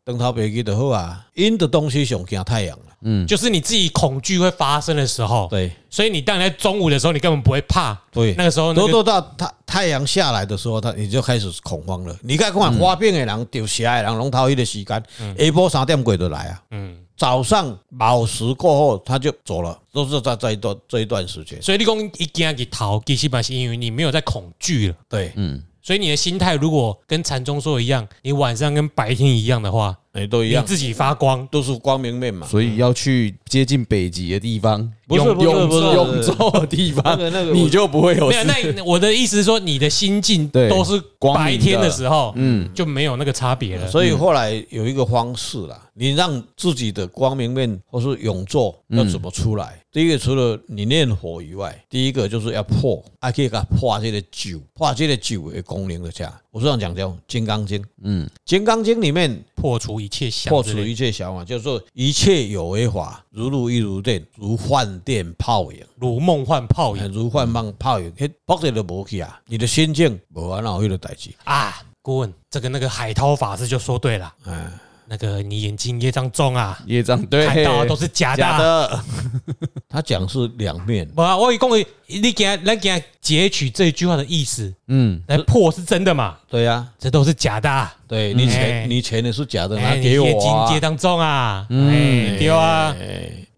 灯呃头白记就好啊，因的东西上惊太阳了，就是你自己恐惧会发生的时候。嗯对所以你当你在中午的时候，你根本不会怕。对，那个时候那都个，都到太太阳下来的时候，他你就开始恐慌了。你该看花病的人、掉下的人，拢头一个时间，下晡三点过就来啊。嗯，早上卯时过后他就走了，都是在这一段这一段时间。所以你讲一惊一逃，其实本是因为你没有在恐惧了。对，所以你的心态如果跟禅宗说的一样，你晚上跟白天一样的话，哎，都一你样，自己发光。都是光明面嘛。所以要去接近北极的地方，不是永不是永不是永州的地那方，个那个，你就不会有没有，事。那你我的意思是说，你的心境对都是光明白的天的时候，嗯，就没有那个差别了。所以后来有一个方式啦，你让自己的光明面或是永坐要怎么出来？第一个除了你念佛以外，第一个就是要破，还可以给它破这个九，破这个九的功能的下。我是这样讲叫《金刚经》，嗯，《金刚经》里面破除一切想之类破的，除一切想法，就是说一切有为法，如露亦如电，如幻电泡影。如梦幻泡影如幻梦泡影，迄破掉就无去啊！你的心境无啊，哪有迄个代志？ 啊！顾问，这个那个海涛法师就说对了，哎，那个你眼睛业障重啊，业障对，看到的都是假的假啊。的，他讲是两面，不啊，我一共你给他，来给他截取这句话的意思嗯，来破是真的嘛？对呀、啊。这都是假的啊。对你哎钱，你钱也是假的，拿哎，你给业我经啊业！障重啊，哎，丢啊，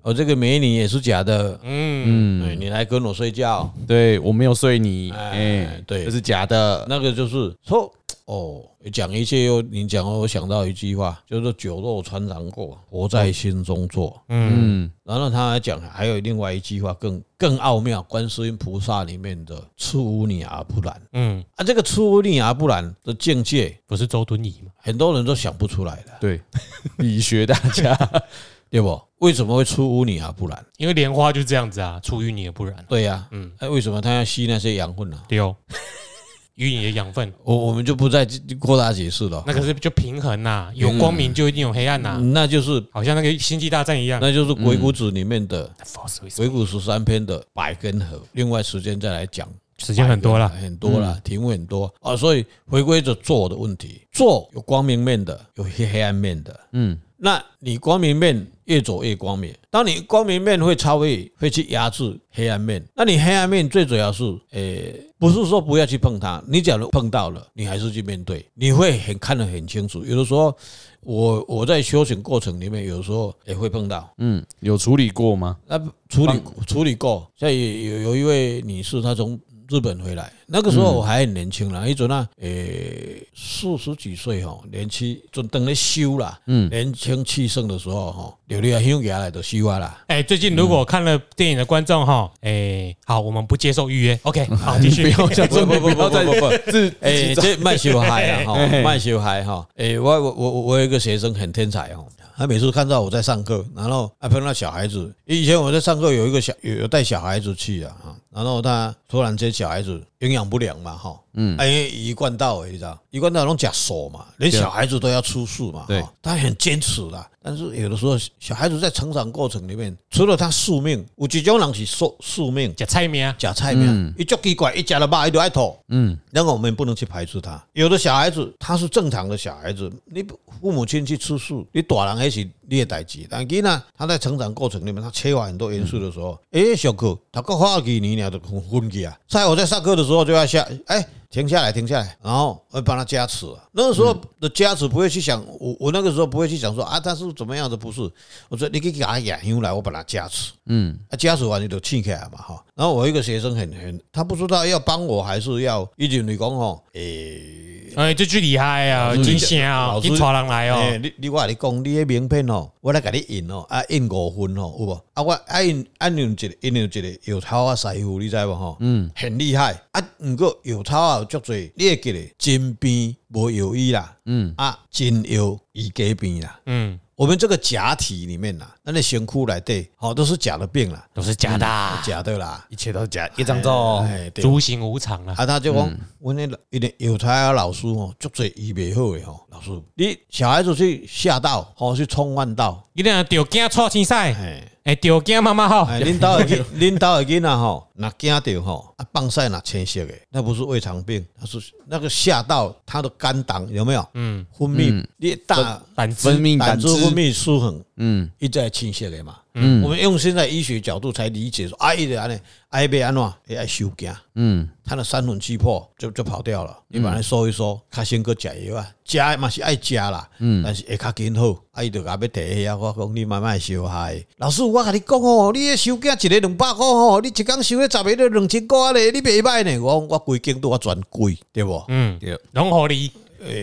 我这个美女也是假的，嗯，哎，你来跟我睡觉，对我没有睡你，哎哎，对这是假的，那个就是说哦，讲一切又你讲，我想到一句话，就是酒肉穿肠过，活在心中做。嗯然后他还讲，还有另外一句话更更奥妙，观世音菩萨里面的“出污泥而不染”嗯，啊，这个“出污泥而不染”的境界，不是周敦颐嘛？很多人都想不出来的， 对，理学大 家，对不？为什么会出污泥而不染？因为莲花就这样子啊，出淤泥而不染，对呀、嗯，哎，为什么他要吸那些养分呢、丢 淤泥的养分，我我们就不再扩大解释了。哦那可是就平衡呐，有光明就一定有黑暗呐，那就是好像那个星际大战一样。嗯那就是《鬼谷子》里面的，Force with- 《鬼谷十三篇》的百根合，另外时间再来讲，时间很多了，嗯很多了，题目很多啊，所以回归着做的问题，做有光明面的，有黑黑暗面的，嗯，那你光明面越走越光明，当你光明面会超越，会去压制黑暗面。那你黑暗面最主要是，诶、不是说不要去碰它，你假如碰到了，你还是去面对，你会很看得很清楚。有的时候，我我在修行过程里面，有时候也会碰到。嗯，有处理过吗？那处理啊处理过，像有有有一位女士，她从日本回来，那个时候我还很年轻啦，那阵啊，诶，四十几岁吼，年轻准等咧修啦，嗯，年轻气盛的时候吼，流流香起来就修啊啦，哎、最近如果看了电影的观众哈，哎、好，我们不接受预约。OK，好，继续。 想说不不不你要再不不不 自哎诶，这卖修嗨 啊，吼嘿嘿，卖修嗨哈，诶，我我我我有一个学生很天才哦，他每次看到我在上课，然后还碰到小孩子，以前我在上课有一个小有有带小孩子去啊，哈，然后他突然间小孩子营养不良嘛，哈，嗯，因为一贯道的你知道，一贯道拢假素嘛，连小孩子都要出素嘛，对哈，他很坚持啦。但是有的时候小孩子在成长过程里面，除了他宿命，有几种人是宿宿 命，假菜名啊，假菜面，一足奇怪，一夹了肉，伊就爱吐。嗯，那个我们不能去排斥他。有的小孩子他是正常的小孩子，你父母亲去吃素，你大人还是你的代志。但囡仔他在成长过程里面，他缺乏很多元素的时候，诶、小哥，他个话给你俩就昏昏去啊。在我在上课的时候就要下，哎、停下来，停下来，然后会帮他加持、啊。那个时候的加持不会去想，我我那个时候不会去想说啊，他是怎么样的，不是？我说你给他养香来，我把他加持。啊，家属完你就请起来嘛哈。然后我一个学生很很，他不知道要帮我还是要，一直你讲吼，诶、哎、这句厉害啊，金星啊，老师哎金朝人来哦、诶你你我跟你讲，你的名片哦，我来给你印哦，啊印五分哦，有无？啊我啊印啊印一个印一个有头啊师傅，你知无吼？嗯，很厉害啊，毋过有头啊有足侪，你会记得真边无药医啦，嗯啊真药医假病啦。嗯，我们这个假体里面呐、那那玄窟来对，好都是假的病啦，都是假的啊，假的啦，一切都是假，一张照。哎，对。诸嗯行无常啊。啊，他就讲，我那老一点有才啊，老师哦，足侪医袂好的吼，老师，你小孩子去下道，吼去冲弯道，一定要丢惊错青赛，哎，哎，丢惊妈妈好，哎，恁兜的囡，恁兜的囡仔吼，若惊着吼，啊，放屎若青色的，那不是胃肠病，他是那个下道，他的肝胆有没有？嗯，分泌，你大胆分子泌胆感知汁，分泌失衡，嗯，一直在倾斜的嘛。嗯，我们用现在医学角度才理解说，啊，一直安尼，爱被安怎，会爱收惊，嗯，他的三魂七魄就就跑掉了。你把它收一收，他先搁食药啊，食的嘛是爱食啦，嗯，但是会较紧好。啊，伊就甲要提起啊，我讲你慢慢收害。老师，我甲你讲哦，你的收惊一个两百箍哦，你一工收咧十个都两千箍咧，你袂歹呢。我讲我规间都我啊全贵，对无？嗯，融合力，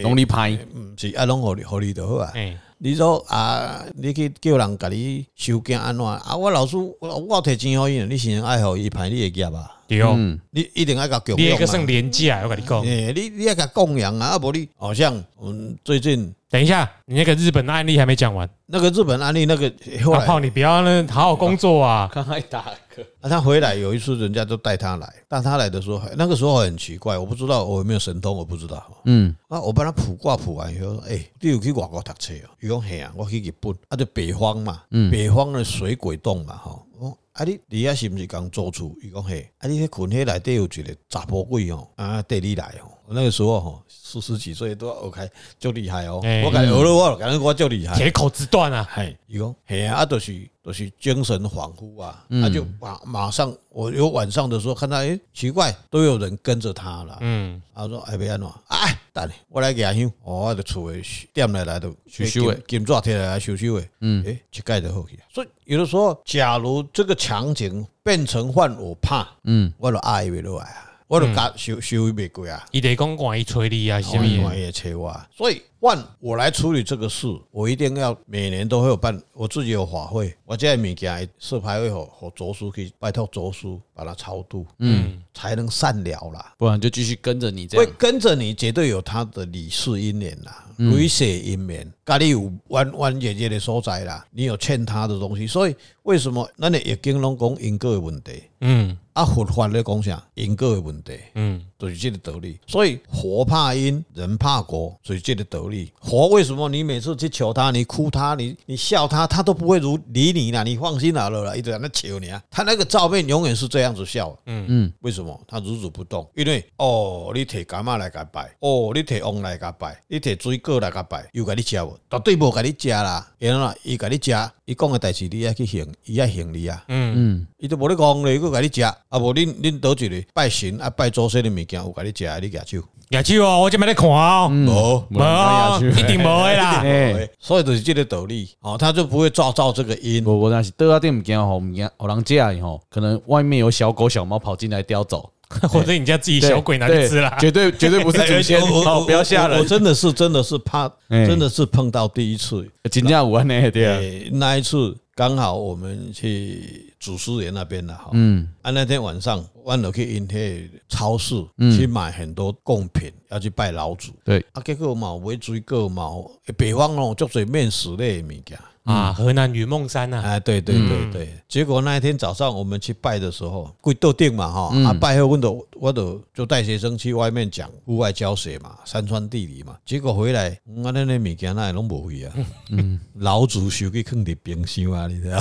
容易拍，嗯，是啊，拢互你互你就好啊。哎，你说啊，你去叫人甲你收件安怎啊？我老师，我我摕钱互伊，你先爱互伊排你的业啊，对哦，嗯你一定爱甲供你那养个算嘛。廉价，我跟你讲。诶，你你要甲供养啊，啊无你好像嗯最近等一下，你那个日本的案例还没讲完，那个日本案例那个后大来炮，你不要呢，好好工作啊。刚才打嗝，啊，他回来有一次，人家都带他来，带他来的时候，那个时候很奇怪，我不知道我有没有神通，我不知道。嗯，啊，我帮他卜卦卜完以后，哎、你有去外国读册哦？伊讲嘿啊，我去日本，啊，就北方嘛，北方的水鬼洞嘛，吼、我讲啊你，你遐是毋是共租厝？伊讲嘿，啊，你迄群迄内底有一个查甫鬼哦，啊，缀你来哦。那个时候吼，四十几岁都要开，足厉害哦。哎我感觉学了我，感觉我足厉害。铁口直断啊！嘿，伊讲，嘿啊，啊，就是就是精神恍惚啊，他、就马马上，我有晚上的时候看到，诶、奇怪，都有人跟着他了。嗯，啊，我说哎，别安怎，哎，等下我来家乡，哦，我就厝诶点来来就收收的金金纸摕来收收诶，嗯，诶，一盖就好去。所以有的时候，假如这个场景变成换我怕，嗯，我就爱袂落来啊，我就甲收收袂过啊。伊得讲管伊催你啊，是什么另的？外也切哎我，所以换我来处理这个事，我一定要每年都会有办，我自己有法会，我这些物件社牌会和和卓叔去拜托卓叔把它超度，嗯，才能善了啦。不然就继续跟着你这会样。跟着你，绝对有他的理事因缘啦，累世因缘，家里有弯弯姐姐的所在啦，你有欠他的东西，所以为什么咱的易经拢讲因果的问题，嗯啊佛法咧讲啥因果的问题，嗯，就是这个道理。所以佛怕因，人怕果，所以这个道理。佛为什么你每次去求他，你哭他，你你笑他，他都不会如理你啦，你放心好了啦，一直在那求你啊，他那个照片永远是这样子笑，嗯为什么他如如不动？因为哦，你摕柑仔来甲拜，哦，你摕王来甲拜，你摕水果来甲拜，又甲你食无？绝对无甲你食啦，然后啦，伊甲你食，伊讲的代志你要去行，伊要行你啊。嗯嗯，伊都无咧讲咧，佫甲你食，啊无恁恁倒一个拜神啊拜祖先的物件有甲你食，你举手亚秋哦，我这边在看哦，嗯无？没哦，一定没的 啦。哎，所以就是这个道理，哦，他就不会照照这个因。我我那是倒啊店唔惊吼，唔惊互人家吼，可能外面有小狗小猫跑进来叼走，或者你家自己小鬼拿去对吃啦。绝对绝对不是祖先，哦好不要吓哎我人我，真的是真的是怕，哎真的是碰到第一次，真正有安尼对啊，诶，那一次刚好我们去祖师爷那边了哈，嗯啊那天晚上，我了去因迄超市嗯去买很多贡品，要去拜老祖。对，啊，结果嘛，有买水果嘛，有北方咯，足侪面食类的物件。啊，河南云梦山啊，啊，对对对对，结果那一天早上我们去拜的时候，跪斗定嘛哈，嗯啊拜后问的我都就带学生去外面讲户外教学嘛，山川地理嘛，结果回来，我那那物件那拢无去啊，嗯老祖收去放伫冰箱啊，你 知道？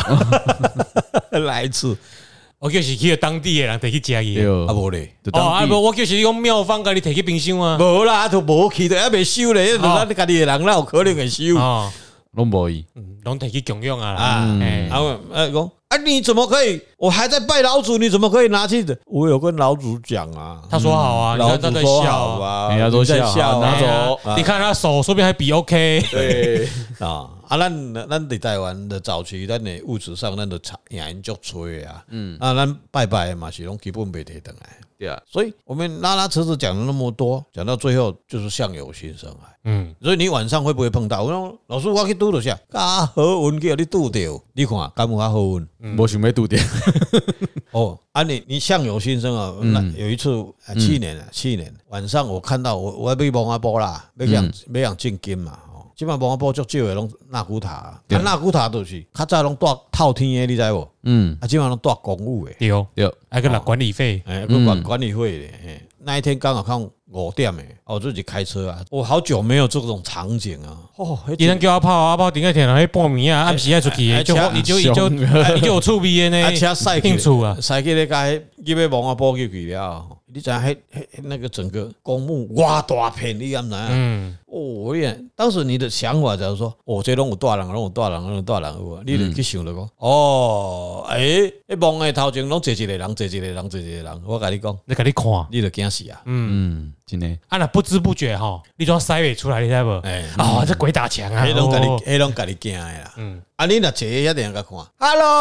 来一次我就是去当地的人摕去食对伊。啊，无咧，就哦，啊当地不，我就是讲妙方，甲你摕去冰箱啊。无啦，都无去的，还未收咧，就咱家己的人哪有可能会收？哦，拢无伊，嗯嗯拢摕去共用啊啦。啊，哎然后呃讲啊，你怎么可以？我还在拜老祖，你怎么可以拿去的？我有跟老祖讲啊，他说好啊，你老看他祖在说笑好啊。啊，人家都你在笑啊笑拿哎走呀啊你看他手，说不定还比 OK。对，啊啊！咱咱伫台湾的早期，咱的物质上，咱的差赢足吹啊，嗯，啊，咱拜拜的嘛是拢基本袂提等来，对啊，所以我们拉拉扯扯讲了那么多，讲到最后就是相由心生啊。嗯，所以你晚上会不会碰到？我讲老师，我去拄着啥？啊，好运叫你拄着，你看敢有啊好运？嗯无想要拄着， 哦，啊你你相由心生啊！那有一次啊，去年啊，去年晚上我看到我我要去摸阿波啦，要养要养进金嘛，哦，即摆文化部足少诶拢纳古塔，啊对纳古塔就是较早拢带透天诶，你知无？嗯，啊，即摆拢带公务诶，对哦，对，还个拿管理费，诶，个管管理会诶。嘿那一天刚好看五点诶，啊我自己开车啊，我好久没有这种场景啊。哦，那伊人叫我泡啊，泡顶个天啊，迄半暝啊，暗时爱出去的，哎就哎你就你就凶你就有趣味的啊，呢，车塞去定厝哎啊，塞去咧甲迄入去往啊波入去了。你知影迄迄那个整个公墓偌大片，你敢知影？嗯，哦，我也当时你的想法就是说，哦，这拢有大人，拢有大人，拢有大人，有无？你就去想着讲，哦，诶、迄望诶头前拢坐一个人，坐一个人，坐一个人，我甲你讲，你给你看，你就惊死啊！嗯，真的，啊那不知不觉哈，你装塞尾出来，你知不？哎啊，这鬼打墙啊，迄拢甲你，哦迄拢甲你惊诶啦。嗯嗯，啊，你若坐一定甲看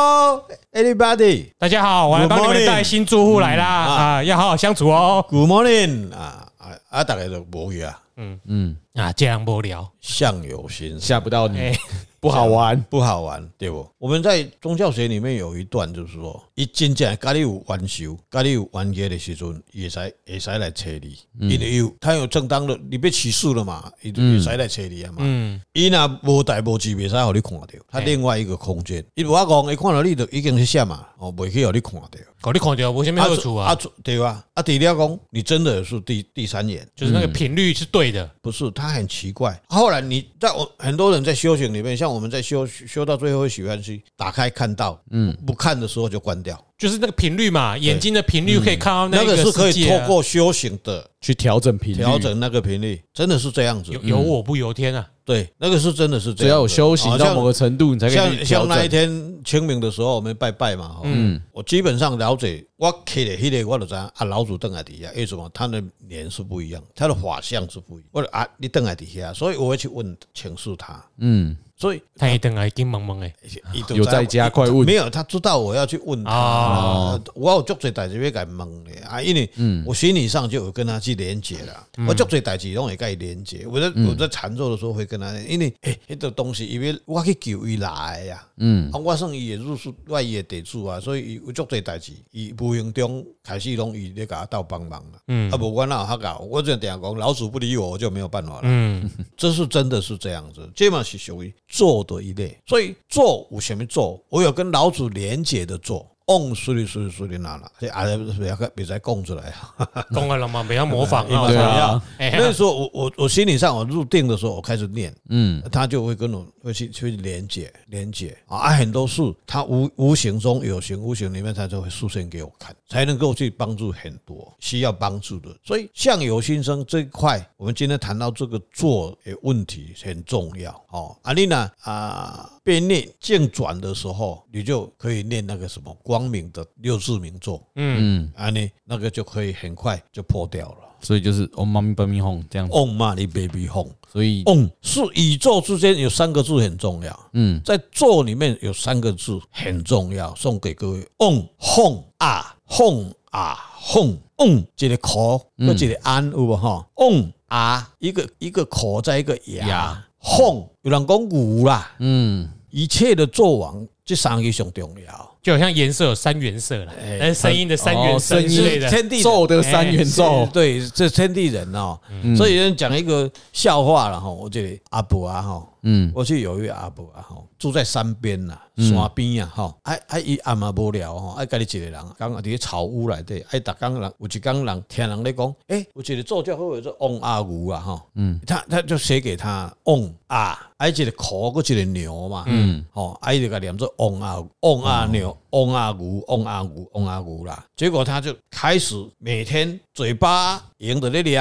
，Hello，everybody。大家好，我来 Good 帮你们 morning 带新住户来啦，嗯啊啊，要好好相处哦， Good morning 啊啊啊！大家就无语啊，嗯，啊，这样无聊，相由心生。吓不到你，哎，不好玩，不好玩，对不？我们在宗教学里面有一段，就是说，伊真正家里有冤仇，家里有冤家的时阵，也使也使来找你，嗯因为有他有正当的，你被起诉了嘛，伊就也使来找你啊嘛。嗯，伊若无代无志，袂使互你看到，他另外一个空间，伊无法讲，伊看到你就已经是啥嘛，哦，袂去互你看到。搞你看到无什么好处啊，，对吧？啊，除了讲，你真的是第第三眼，就是那个频率是对的，不是，他很奇怪。后来你在我很多人在修行里面，像我们在修修到最后会喜欢去打开看到，嗯，不看的时候就关掉，就是那个频率嘛，眼睛的频率可以看到嗯那个个是可世以界透啊过修行的去调整频率，调，整那个频率，真的是这样子有。有我不由天啊，对，那个是真的是只这样子。要有修行啊好到像某个程度，你才可以去像调像那整。一天清明的时候，我们拜拜嘛，嗯，我基本上了解，我起的迄个我就知道啊，老祖邓来底下，为什么他的脸是不一样，他的法相是不一样，我就啊，你邓来底下，所以我会去问请示他，嗯，所以他一等来金蒙蒙哎，伊就有知道在家伊快问啊没有，他知道我要去问他。哦我有足侪代志要甲伊问咧啊，因为嗯我心理上就有跟他去连接啦。我足侪代志拢会甲伊连接。我在嗯我在缠绕的时候会跟他，因为诶，迄个东西因为我去求伊来呀，嗯，啊，我算伊的入宿，我伊的地主啊，所以伊有足侪代志，伊无形中开始拢伊咧甲我斗帮忙啦。嗯，啊，无我哪有较搞，我就定讲老鼠不理我，我就没有办法了。嗯，这是真的是这样子，这嘛是属于做的一类。所以做有什么做？我有跟老祖连结的做。嗡，苏里苏里苏里那啦，这啊，不要别再供出来啊！懂了了嘛，不要模仿啊，对啊，哎那时候我我我心理上我入定的时候，我开始念，嗯，他就会跟我会去去连接连接啊，很多事他无无形中有形无形里面，他就会出现给我看，才能够去帮助很多需要帮助的。所以相由心生这一块，我们今天谈到这个做的问题很重要哦。啊，你呢啊，被念正转的时候，你就可以念那个什么光明的六字明咒，嗯，啊你那个就可以很快就破掉了。所以就是哦，妈咪本咪哄这样子，嗡嘛呢叭咪吽。所以嗯，是宇宙之间有三个字很重要。嗯，在做里面有三个字很重要，送给各位。嗡哄啊哄啊哄，嗡一个口，搁一个安有无吼？嗡啊一个一个口，再一个牙牙。哄有人讲牛啦，嗯，一切的做完，这三个上重要。就好像颜色有三原色啦，哎但是声音的三原哦色声之类音的，天地人哎咒的三元咒嗯是，对，这天地人哦，所以有人讲一个笑话了哈，我这里阿伯啊哈，嗯我去有一位阿伯啊，吼，住在山边呐，山边啊，吼，啊啊伊暗嘛无聊吼，爱啊家己一个人，讲伫咧草屋内底，啊爱逐工人，有一工人听人咧讲，诶，有一个作家好叫做翁阿牛啊，吼，嗯，他他就写给他翁啊，啊一个口，搁一个牛嘛，嗯，吼，啊伊就甲念做翁啊翁啊哦牛，翁啊牛，翁啊牛，翁啊牛啦，结果他就开始每天嘴巴用着咧念，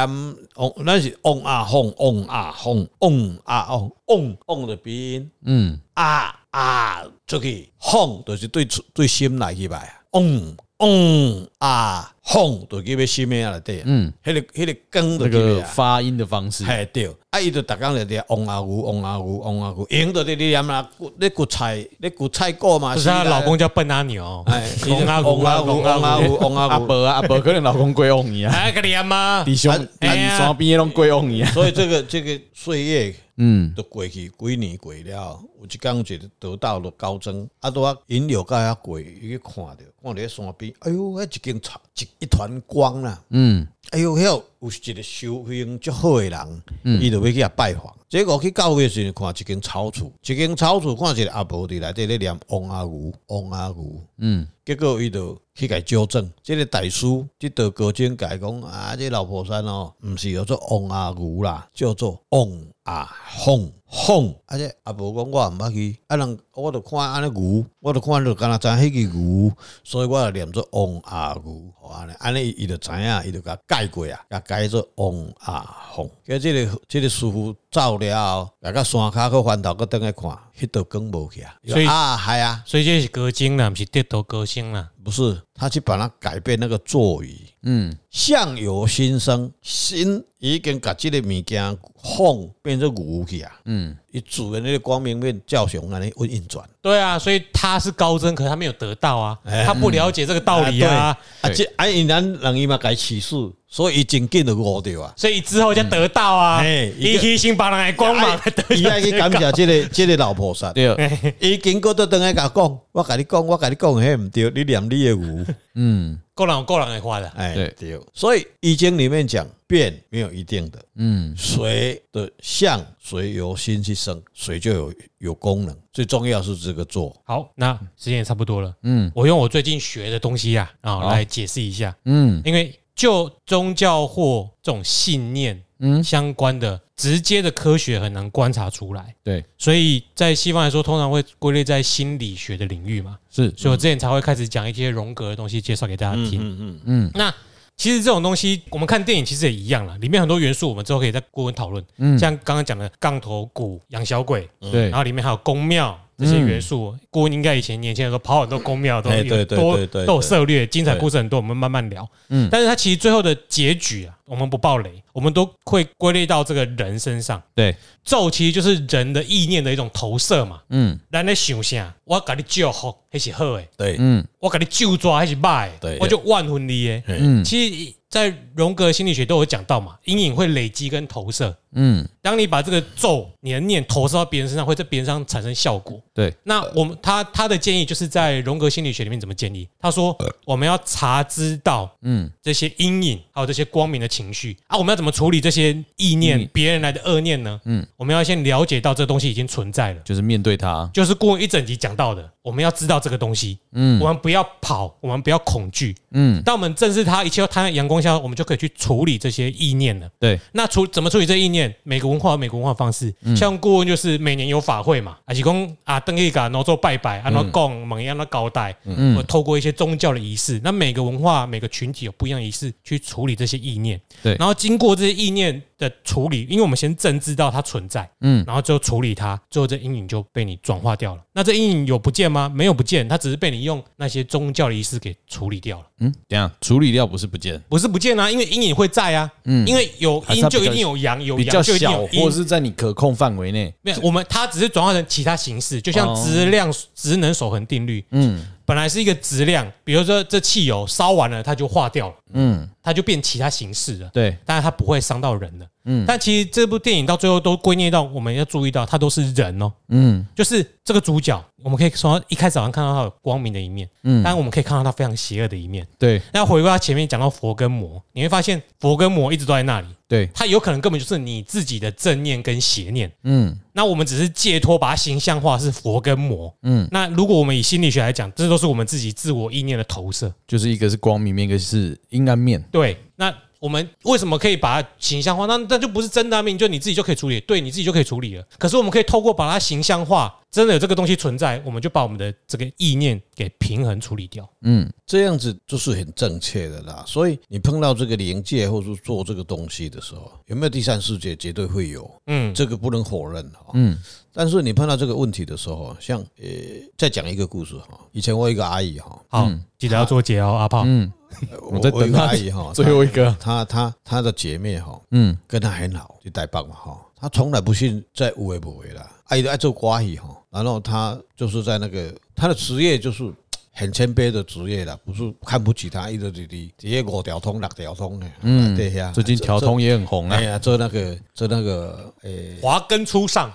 翁那是翁啊哄，翁啊哄，翁啊哄，翁翁的鼻音。嗯，啊啊出去，放就是对出对心内去吧。嗯嗯啊，放就是要心咩内底，嗯，迄个迄个根就那去个了啊。发音的方式，嘿对，啊伊就逐工就伫翁啊牛翁啊牛翁啊牛，用到你你念啦，你骨菜你骨菜果嘛，就是她是啦老公叫笨阿牛，哎， 翁啊 牛翁啊啊牛牛翁啊 啊牛牛，翁啊阿牛，伯啊阿伯，可能老公归翁你啊，哎，可怜吗？弟兄啊弟哎呀双边拢归翁你啊，所以这个这个岁月。嗯，都过去几年过了，有一天有一个得道的高僧，啊，拄啊引流到遐过，伊去看着，看着迄山边，哎哟，迄一间草一一团光啦、嗯，哎呦，遐有一个修行足好的人，伊就要去遐拜访。结果去教会的时阵，看一间草厝，一间草厝看一个阿婆伫内底咧念王阿牛，王阿牛。嗯，结果伊就去甲伊纠正，即、个大师即道高僧甲伊讲啊，即、老婆山哦，毋是叫做王阿牛啦，叫做王阿凤凤。啊，即阿婆讲我毋捌去，啊人我就看安尼牛，我就看就敢若知影迄个牛，所以我就念做王阿牛，吼安尼安尼伊就知影，伊就甲改过啊，甲改做王阿凤。结果即、个即、个师傅走了后，来到山骹去翻头去转来看，迄道光无去啊，伊所以讲啊，系啊。所以这是歌星啦，不是跌头歌星啦。不是，他去把它改变那个座椅。嗯，相由心生，心已经把这个物件放变成牛去啊。嗯，伊自然那个光明面照常安尼运运转。对啊，所以他是高僧，可是他没有得到啊，哎他不了解这个道理啊，啊，对这啊，因咱人伊嘛该起诉，所以伊真紧就悟 着啊。所以之后就得到啊，嗯嘿一提心把人来光芒啊伊爱去感谢 这个这个老菩萨。对，伊经过都等来甲讲，我甲你讲，我甲你讲，迄毋对，你念你的牛。嗯够人有够人会发的，哎，对对。所以《易经》里面讲变没有一定的，嗯，水的相水由心去生，水就有有功能。最重要是这个做，好，那时间也差不多了。嗯，我用我最近学的东西呀啊、好来解释一下，嗯因为就宗教或这种信念嗯，相关的直接的科学很难观察出来，对，所以在西方来说，通常会归类在心理学的领域嘛。是，所以我之前才会开始讲一些荣格的东西，介绍给大家听。嗯嗯那其实这种东西，我们看电影其实也一样啦，里面很多元素我们之后可以再过问讨论。嗯，像刚刚讲的杠头骨、养小鬼，对然，后里面还有宫庙这些元素。顾问应该以前年轻的时候跑很多宫庙，都嗯哎对有对多对对都有对涉略，精彩故事很多，我们慢慢聊。嗯但是它其实最后的结局啊，我们不爆雷，我们都会归类到这个人身上。对，咒其实就是人的意念的一种投射嘛。嗯咱咧想啥，我甲你救好，那是好诶。对，嗯我给你救抓还是卖对，我就万分你耶。嗯其实，在荣格心理学都有讲到嘛，阴影会累积跟投射。嗯，当你把这个咒、你的念投射到别人身上，会在别人身上产生效果。对，那我们他他的建议就是在荣格心理学里面怎么建议？他说我们要察知到嗯这些阴影，还有这些光明的情绪啊，我们要怎么处理这些意念、别人来的恶念呢？嗯嗯，我们要先了解到这东西已经存在了。就是面对他，就是顾问一整集讲到的，我们要知道这个东西，嗯我们不要跑，我们不要恐惧。嗯，当我们正视它，一切都摊在阳光下，我们就可以去处理这些意念了。对，那处怎么处理这意念？每个文化有每个文化方式，嗯像顾问就是每年有法会嘛，还是讲啊登一噶，然后做拜拜，按照嗯供蒙让他高代，或透过一些宗教的仪式，那每个文化每个群体有不一样的仪式去处理这些意念。对然后经过这些意念的处理，因为我们先正知道它存在，嗯然后就处理它，最后这阴影就被你转化掉了。那这阴影有不见吗？没有不见，它只是被你用那些宗教的仪式给处理掉了。嗯，怎样处理掉不是不见，不是不见啊，因为阴影会在啊，嗯因为有还是阴它比就较一定有阳，有比较阳就一定小有或阴。是在你可控范围内，没有，我们它只是转化成其他形式，就像质量、质能守恒定律，哦嗯本来是一个质量，比如说这汽油烧完了，它就化掉了，嗯，它就变其他形式了。对，但是它不会伤到人的。嗯嗯，但其实这部电影到最后都归纳到，我们要注意到，它都是人哦，嗯就是这个主角，我们可以说一开始好像看到他有光明的一面，嗯，但我们可以看到他非常邪恶的一面。对那回归到前面讲到佛跟魔，你会发现佛跟魔一直都在那里，对，它有可能根本就是你自己的正念跟邪念。嗯那我们只是借托把它形象化是佛跟魔。嗯，那如果我们以心理学来讲，这都是我们自己自我意念的投射。就是一个是光明面，一个是阴暗面，对，那我们为什么可以把它形象化？那那就不是真的啊命，就你自己就可以处理，对你自己就可以处理了。可是我们可以透过把它形象化，真的有这个东西存在，我们就把我们的这个意念给平衡处理掉。嗯这样子就是很正确的啦。所以你碰到这个灵界或是做这个东西的时候，有没有第三世界，绝对会有，嗯，这个不能否认哈。嗯但是你碰到这个问题的时候，像呃，再讲一个故事哈。以前我有一个阿姨哈，好，记得要做结哦，阿炮。嗯，我在我等有一个他阿姨哈，最后一个，她她她的姐妹哈，嗯跟他很好，就台北嘛哈，他从来不信在无为不为啦，啊，伊就爱做瓜戏哈，然后他就是在那个他的职业就是很谦卑的职业啦，不是看不起他，一直滴滴直接五条通六条通的，嗯嗯，对呀，最近调通也很红做，啊哎，呀，做那个做那个诶，华根初上，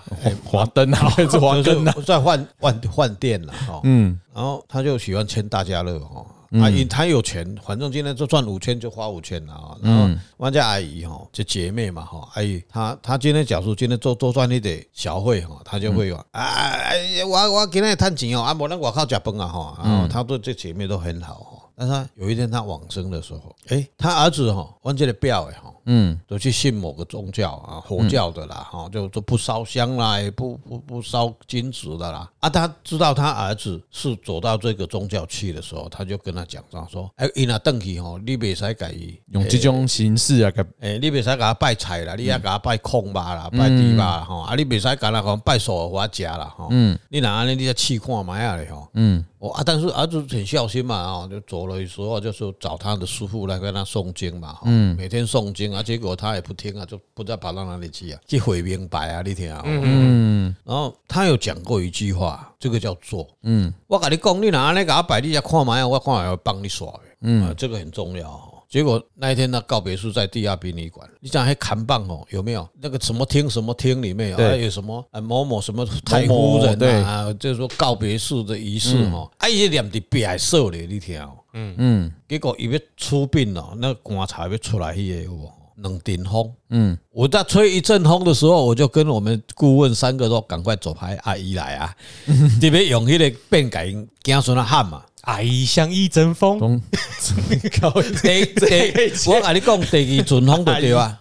华灯啊，还是华就灯啊，是在换换换店了哈，嗯然后他就喜欢签大家乐哈，啊，因为他有钱，反正今天就赚五千就花五千了啊。然后万家阿姨哈，这姐妹嘛哈，阿姨她她今天假如今天多多赚一点小费哈，她就会啊啊啊！我我今天趁钱哦，啊，无咱外口食饭啊哈。然后她对这姐妹都很好哈。但是她有一天她往生的时候，诶，她儿子哈，往这个表诶哈，嗯，都去信某个宗教啊，佛教的啦，哈、就就不烧香啦，也不不不烧金纸的啦。啊，他知道他儿子是走到这个宗教去的时候，他就跟他讲上说，哎、伊若邓去吼，你袂使改伊，用这种形式啊，给诶、你袂使甲他拜菜啦，你也甲他拜空吧啦，拜猪肉啦，吼、啊，你袂使甲他讲拜素互我食啦，吼、你若安尼，你再试看卖啊咧吼，嗯，哦啊，但是儿子很孝心嘛，哦，就走了时候就是找他的师傅来跟他诵经嘛，嗯，每天诵经啊，结果他也不听啊，就不知道跑到哪里去啊，去毁明白啊，你听啊，嗯然后他有讲过一句话，这个叫做，嗯，我跟你讲，你哪那个摆你家看嘛，我看还要帮你耍的，嗯、这个很重要哦。结果那一天呢，告别是在地下殡仪馆，你讲还砍棒哦，有没有？那个什么厅什么厅里面啊，对还有什么啊某某什么太夫人对啊，就是说告别式的仪式哦，啊，伊念伫壁还说咧，你听哦。嗯结果伊要出殡哦，那个棺材要出来迄个有无？两阵风，嗯，我在吹一阵风的时候，我就跟我们顾问三个都赶快走牌阿姨 来啊，特别用迄个变改惊孙啊喊 嘛。阿姨像一阵风，中第第，我跟你讲，第二阵风就对啊，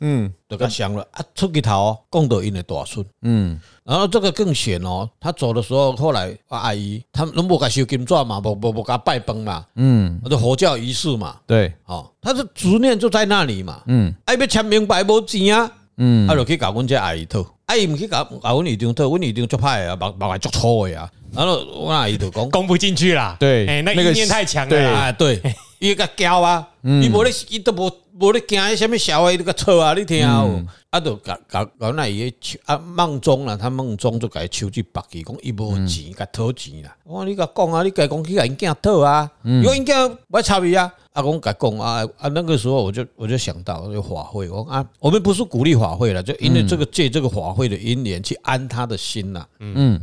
嗯，就较伤了啊，出去头哦，讲到因的大孙，嗯然后这个更险哦，他走的时候，后来我阿姨他们拢无甲收金纸嘛，无无无甲拜崩嘛，嗯，就佛教仪式嘛，对，哦，他的执念就在那里嘛，嗯啊，要签名牌无钱啊，嗯啊，就去甲阮这阿姨讨，啊，伊毋去甲甲阮姨丈讨，阮姨丈足歹的啊，目目来足粗的啊，然后阮阿姨就讲。攻不进去啦。对哎，那那个意念太强了啦。啊，对， 伊个骄啊，伊无咧，伊都无无咧惊迄什物社会你个错啊，你听有？啊，就甲甲甲那伊个啊梦中啦，他梦中就甲伊手指白去，讲伊无钱，甲讨钱啦。我讲你甲讲啊，你甲讲去甲因囝讨啊，如果因囝我插伊啊。啊，公甲讲啊啊，那个时候我就我就想到就法会，我说啊，我们不是鼓励法会了，就因为这个借这个法会的因缘去安他的心呐、嗯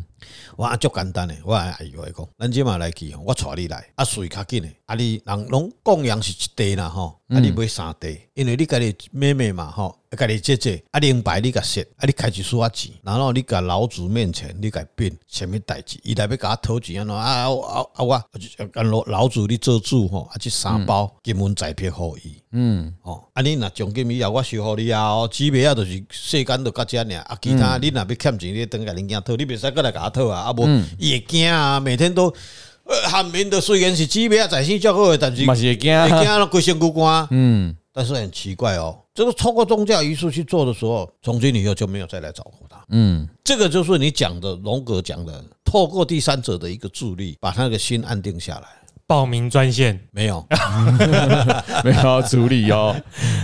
我足简单诶，我阿姨话讲，咱即嘛来去吼，我带你来，啊水较紧诶，啊你人拢供养是一地啦吼，啊你买三地，因为你家己妹妹嘛吼，啊家己姐姐，啊零牌你甲设，啊你开一丝仔钱，然后你甲老子面前你甲变什么代志，伊来要甲我讨钱安怎啊啊啊啊我啊老老子你做主吼，啊即三包金文财票互伊。嗯哦，啊，你若奖金以后我收互你啊，哦，姊妹啊，就是世间就到遮尔，嗯啊，其他你若要欠钱，你等甲恁囝讨，你袂使过来甲我讨啊，啊嗯无伊会惊啊，每天都，呃，韩民的虽然是姊妹啊，在生照顾的，但是嘛是会惊啊会惊了规身躯 肝，嗯但是很奇怪哦，这个通过宗教仪式去做的时候，从今以后就没有再来找过他。嗯这个就是你讲的荣格讲的，透过第三者的一个助力，把他那个心安定下来。报名专线。没有没有要处理哦，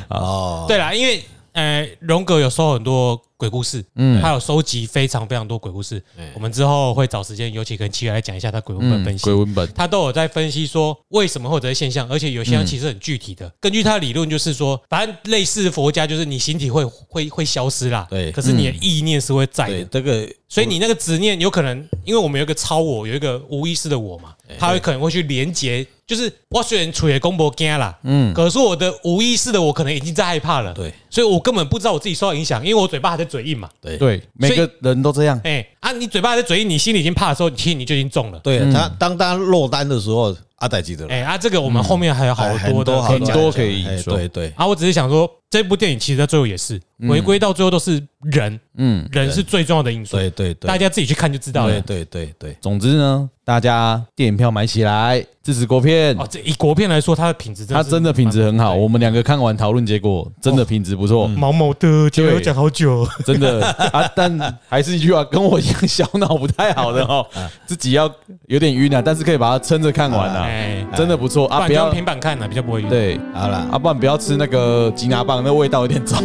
哦，对啦，因为呃，荣格有收很多鬼故事，嗯，他有收集非常非常多鬼故事。我们之后会找时间，尤其跟七月来讲一下他鬼文本分析鬼。嗯文本，他都有在分析说为什么会有这些现象，而且有些其实很具体的。嗯根据他的理论，就是说，反正类似佛家，就是你形体会会会消失啦，对可是你的意念是会在的对，，这个所以你那个执念有可能，因为我们有一个超我，有一个无意识的我嘛，哎他会可能会去连接，就是我虽然处于公婆惊啦，嗯，可是我的无意识的我可能已经在害怕了，对，所以我根本不知道我自己受到影响，因为我嘴巴还在嘴硬嘛，对对，每个人都这样，哎、啊，你嘴巴还在嘴硬，你心里已经怕的时候，其实你就已经中了，对他，当他落单的时候，阿仔记得了，嗯哎哎、啊，这个我们后面还有好很多的多可以嗯很讲多可以哎说对对，啊，我只是想说，这部电影其实到最后也是回归到最后都是人，嗯，人是最重要的因素，对对对，大家自己去看就知道了对。对对对，总之呢，大家电影票买起来，支持国片哦，，这以国片来说，它的品质真它的真的哦嗯品质很好。我们两个看完讨论结果，真的品质不错，毛毛的，结果对要讲好久。真 的啊。但还是一句话，跟我一样小脑不太好的 哦，自己要有点晕啊，但是可以把它撑着看完啊，哎，真的不错啊。反不正要用平板看呢，比较不会晕。，对好了，啊，不然不要吃那个吉拿棒，那味道有点重。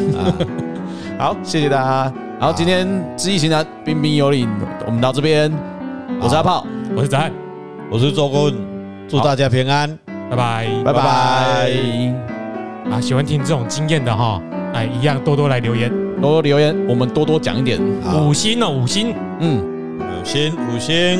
好，谢谢大家。啊好，今天知易行难，彬彬有礼，我们到这边，我是阿炮，我是子翰，我是周公，祝大家平安。拜拜。拜拜拜。啊，喜欢听这种经验的哈，哎，一样多多来留言，多多留言，我们多多讲一点。好五星哦，五星。嗯。五星五星。